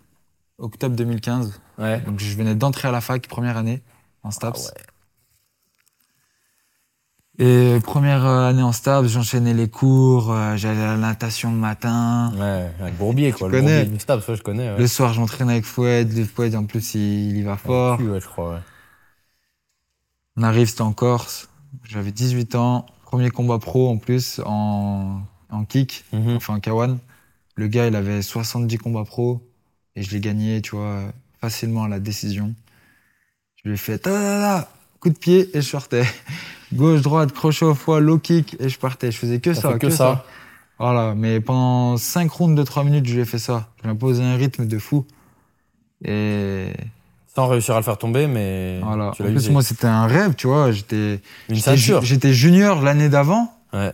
B: octobre 2015.
A: Ouais.
B: Donc je venais d'entrer à la fac, première année en STAPS. Et première euh, année en STAPS, j'enchaînais les cours, euh, j'allais à la natation le matin.
A: Ouais, avec Bourbier, quoi.
B: Tu connais.
A: Le Bourbier, Stabs, ouais, je connais. Ouais.
B: Le soir, j'entraînais avec Foued. Le Foued, en plus, il, il y va fort.
A: Ouais, je crois, ouais.
B: On arrive, c'était en Corse. J'avais 18 ans. Premier combat pro, en plus, en, en kick,
A: Mhm.
B: enfin en kawan. Le gars, il avait 70 combats pro. Et je l'ai gagné, tu vois, facilement à la décision. Je lui ai fait ta ta, ta, ta, coup de pied et je sortais. Gauche, droite, crochet au foie, low kick et je partais. Je faisais que
A: Ça
B: ça,
A: fait
B: que, ça. Voilà, mais pendant 5 rounds de 3 minutes, je lui ai fait ça. Je m'imposais un rythme de fou. Et
A: Sans réussir à le faire tomber, mais.
B: voilà. En
A: Tu l'as
B: plus,
A: usé.
B: moi, c'était un rêve, tu vois. J'étais
A: Une
B: j'étais ju-
A: ceinture.
B: j'étais junior l'année d'avant.
A: Ouais.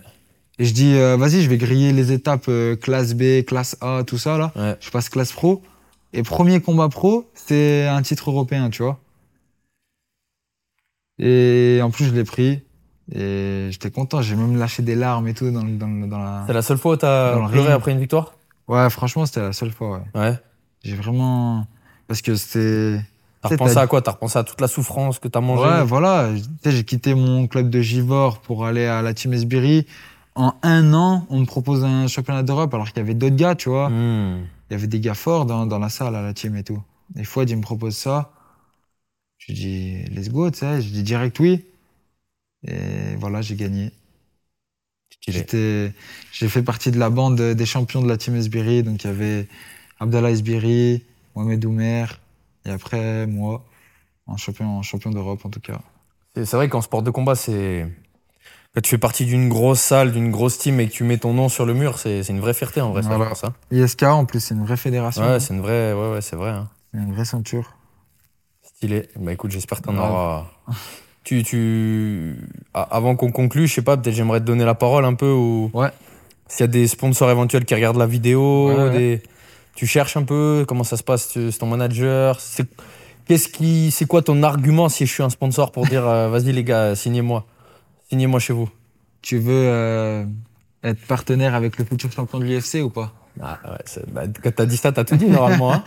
B: Et je dis, euh, vas-y, je vais griller les étapes euh, classe B, classe A, tout ça, là.
A: Ouais.
B: Je passe classe pro. Et premier combat pro, c'est un titre européen, tu vois. Et en plus, je l'ai pris. Et j'étais content. J'ai même lâché des larmes et tout dans, le- dans, le- dans la.
A: C'est la seule fois où t'as
B: Dans le
A: pleuré
B: ring.
A: après une victoire
B: Ouais, franchement, c'était la seule fois, ouais.
A: Ouais.
B: J'ai vraiment. Parce que c'était.
A: T'as
B: Tu sais,
A: repensé
B: t'as-
A: à quoi T'as repensé à toute la souffrance que t'as mangée
B: Ouais, voilà. Tu sais, j'ai quitté mon club de Givor pour aller à la Team Esbiri. En un an, on me propose un championnat d'Europe alors qu'il y avait d'autres gars, tu vois.
A: Hmm.
B: Il y avait des gars forts dans, dans la salle à la team et tout. Et Fouad, il me propose ça. Je lui dis, let's go, tu sais. Je dis direct oui. Et voilà, j'ai gagné.
A: Stylé.
B: J'étais- J'ai fait partie de la bande des champions de la team Esbiri. Donc, il y avait Abdallah Esbiri, Mohamed Oumer, et après, moi, en champion, en champion d'Europe, en tout cas.
A: C'est c'est vrai qu'en sport de combat, c'est. Quand tu fais partie d'une grosse salle, d'une grosse team et que tu mets ton nom sur le mur, c'est c'est une vraie fierté en vrai, ça, je
B: Voilà.
A: pense, hein.
B: ISK, en plus, c'est une vraie fédération. hein.
A: Ouais, c'est une vraie. Ouais, ouais, c'est vrai. hein.
B: C'est une vraie ceinture.
A: Stylé. Bah écoute, j'espère que t'en
B: Ouais.
A: auras. Tu, tu... a- Avant qu'on conclue, je sais pas, peut-être j'aimerais te donner la parole un peu. Ou...
B: Ouais.
A: S'il y a des sponsors éventuels qui regardent la vidéo,
B: Ouais, ouais.
A: des... tu cherches un peu comment ça se passe, tu- c'est ton manager. C'est qu'est-ce qui, c'est quoi ton argument si je suis un sponsor pour dire, euh, vas-y les gars, signez-moi, signez-moi chez vous.
B: Tu veux euh, être partenaire avec le futur champion de l'UFC ou pas
A: Ah, ouais, c'est- bah, quand t'as dit ça, t'as tout dit normalement. hein.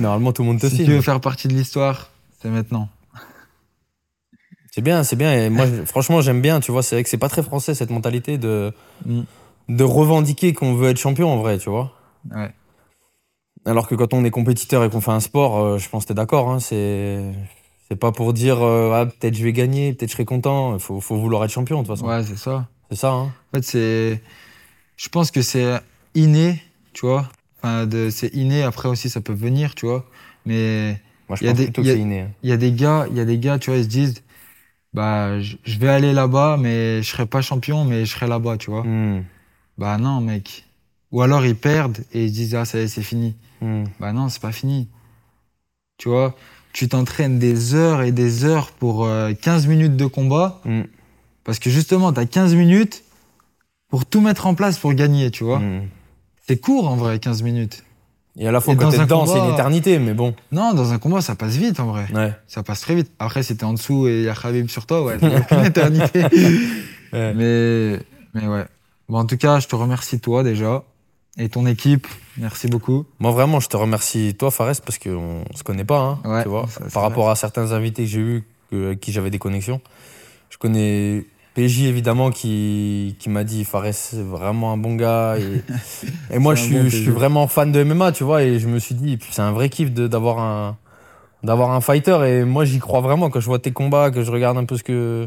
A: normalement, tout le monde te
B: Si
A: signe.
B: tu veux faire partie de l'histoire, c'est maintenant.
A: C'est bien, c'est bien. Et moi, je- franchement, j'aime bien. Tu vois, c'est vrai que c'est pas très français cette mentalité de
B: Mm.
A: de revendiquer qu'on veut être champion en vrai. Tu vois.
B: Ouais.
A: Alors que quand on est compétiteur et qu'on fait un sport, euh, je pense que t'es d'accord. Hein, c'est c'est pas pour dire euh, ah, peut-être je vais gagner, peut-être je serai content. Il faut, faut vouloir être champion de toute façon.
B: Ouais, c'est ça.
A: C'est ça. Hein.
B: En fait, c'est. Je pense que c'est inné, tu vois. Enfin, de... c'est inné. Après aussi, ça peut venir, tu vois. Mais
A: Moi, je
B: Y a
A: pense
B: des-
A: plutôt
B: y
A: que
B: a-
A: c'est inné. hein.
B: Il y a des gars, il y a des gars, tu vois, ils se disent, bah, je je vais aller là-bas, mais je serai pas champion, mais je serai là-bas, tu vois.
A: Hmm,
B: Bah non, mec. Ou alors ils perdent et ils se disent, ah, ça y est, c'est fini.
A: hmm.
B: Bah non, c'est pas fini. Tu vois, tu t'entraînes des heures et des heures pour euh, 15 minutes de combat.
A: Mm.
B: Parce que justement, t'as 15 minutes pour tout mettre en place pour gagner, tu vois.
A: Hmm.
B: C'est court en vrai, 15 minutes.
A: Et à la fois,
B: Et
A: quand
B: dans
A: t'es
B: un
A: dedans, c'est une
B: combat-
A: éternité, mais bon.
B: Non, dans un combat, ça passe vite en vrai.
A: Ouais.
B: Ça passe très vite. Après, si t'es en dessous et y a Khabib sur toi, ouais, t'as aucune éternité.
A: Ouais.
B: mais, mais ouais. Bon, en tout cas, je te remercie toi déjà. Et ton équipe, merci beaucoup.
A: Moi, vraiment, je te remercie, toi, Fares, parce qu'on se connaît pas, hein,
B: Ouais,
A: tu vois,
B: ça, c'est
A: par
B: vrai.
A: rapport à certains invités que j'ai eus, que- avec qui j'avais des connexions. Je connais PJ, évidemment, qui, qui m'a dit Fares, c'est vraiment un bon gars. Et, et moi, je
B: C'est un
A: suis,
B: bon
A: je suis
B: PJ.
A: vraiment fan de MMA, tu vois, et je me suis dit, Puis, c'est un vrai kiff de- d'avoir un, d'avoir un fighter. Et moi, j'y crois vraiment quand je vois tes combats, que je regarde un peu ce que.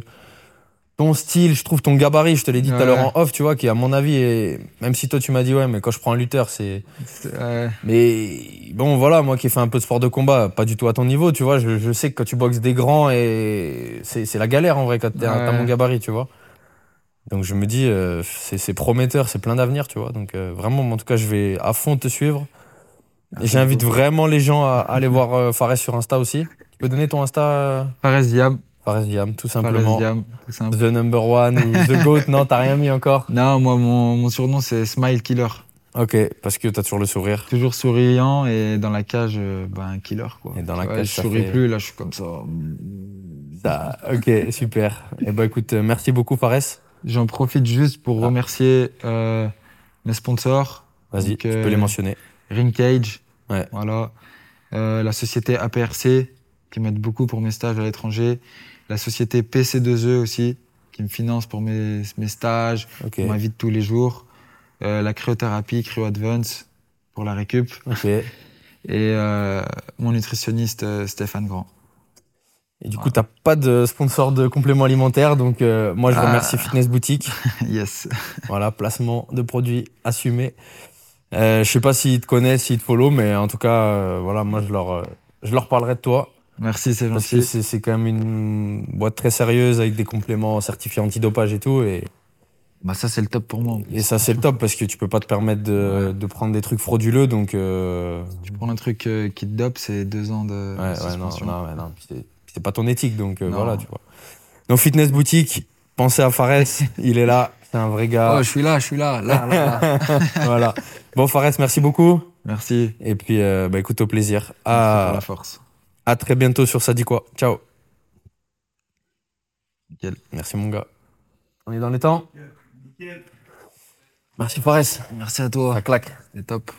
A: Ton style, je trouve ton gabarit, je te l'ai dit tout à
B: Ouais.
A: l'heure en off, tu vois, qui, à mon avis, est- même si toi, tu m'as dit, ouais, mais quand je prends un lutteur, c'est.
B: Euh,
A: Mais bon, voilà, moi qui ai fait un peu de sport de combat, pas du tout à ton niveau, tu vois. Je, je sais que quand tu boxes des grands, et c'est c'est la galère en vrai quand t'as
B: Ouais.
A: t'as mon gabarit, tu vois. Donc je me dis, euh, c'est c'est prometteur, c'est plein d'avenir, tu vois. Donc euh, vraiment, en tout cas, je vais à fond te suivre. Et
B: Merci
A: J'invite
B: beaucoup.
A: vraiment les gens à, aller voir euh, Fares sur Insta aussi. Tu peux donner ton Insta, euh,
B: Fares Diab.
A: Fares Diam, tout simplement.
B: Fares Diab, tout simple.
A: The number one ou The Goat, non, t'as rien mis encore.
B: Non, moi, mon, mon surnom, c'est Smile Killer.
A: Ok, parce que t'as toujours le sourire.
B: Toujours souriant et dans la cage, euh, ben, killer, quoi.
A: Et dans la
B: Tu vois,
A: cage,
B: je
A: ça
B: souris
A: fait-
B: plus, là, je suis comme ça.
A: Ça, ok, super. Et bah écoute, euh, merci beaucoup, Fares.
B: J'en profite juste pour
A: Ah.
B: remercier euh, mes sponsors,
A: Vas-y,
B: Donc,
A: tu
B: euh,
A: peux les mentionner.
B: Ring Cage,
A: Ouais.
B: voilà. Euh, la société APRC, qui m'aide beaucoup pour mes stages à l'étranger. La société PC2E E aussi, qui me finance pour mes, mes stages,
A: Ok.
B: pour ma vie de tous les jours. Euh, la cryothérapie, Cryo Advance, pour la récup.
A: Ok. Et
B: et euh, mon nutritionniste euh, Stéphane Grand.
A: du coup,
B: Voilà.
A: t'as pas de sponsor de compléments alimentaires, donc euh, moi je
B: Ah.
A: remercie Fitness Boutique.
B: yes.
A: voilà, placement de produits assumé. Euh, je sais pas s'ils te connaissent, s'ils te follow, mais en tout cas, euh, voilà, moi je leur, euh, je leur parlerai de toi.
B: Merci, c'est
A: Parce que
B: gentil.
A: c'est c'est quand même une boîte très sérieuse avec des compléments certifiés antidopage et tout. Et,
B: Bah ça c'est le top pour moi.
A: et ça, c'est le top parce que tu peux pas te permettre de, de prendre des trucs frauduleux. Donc, euh,
B: Tu prends un truc euh, qui te dope, c'est deux ans de
A: Ouais, ouais, non,
B: suspension.
A: non, ouais, non, puis c'est- puis c'est pas ton éthique, donc euh,
B: Non.
A: voilà, tu vois. Donc, fitness boutique, pensez à Fares, il est là, c'est un vrai gars.
B: Oh, je suis là, je suis là, là, là, là.
A: voilà. Bon, Fares, merci beaucoup.
B: Merci. Merci
A: Et puis, euh, bah, écoute, au plaisir.
B: pour
A: À,
B: la force.
A: à très bientôt sur Ça dit quoi. Ciao.
B: Nickel.
A: Merci, mon gars. On est dans les temps Merci, Fares.
B: Merci à toi.
A: Ça claque.
B: C'est top.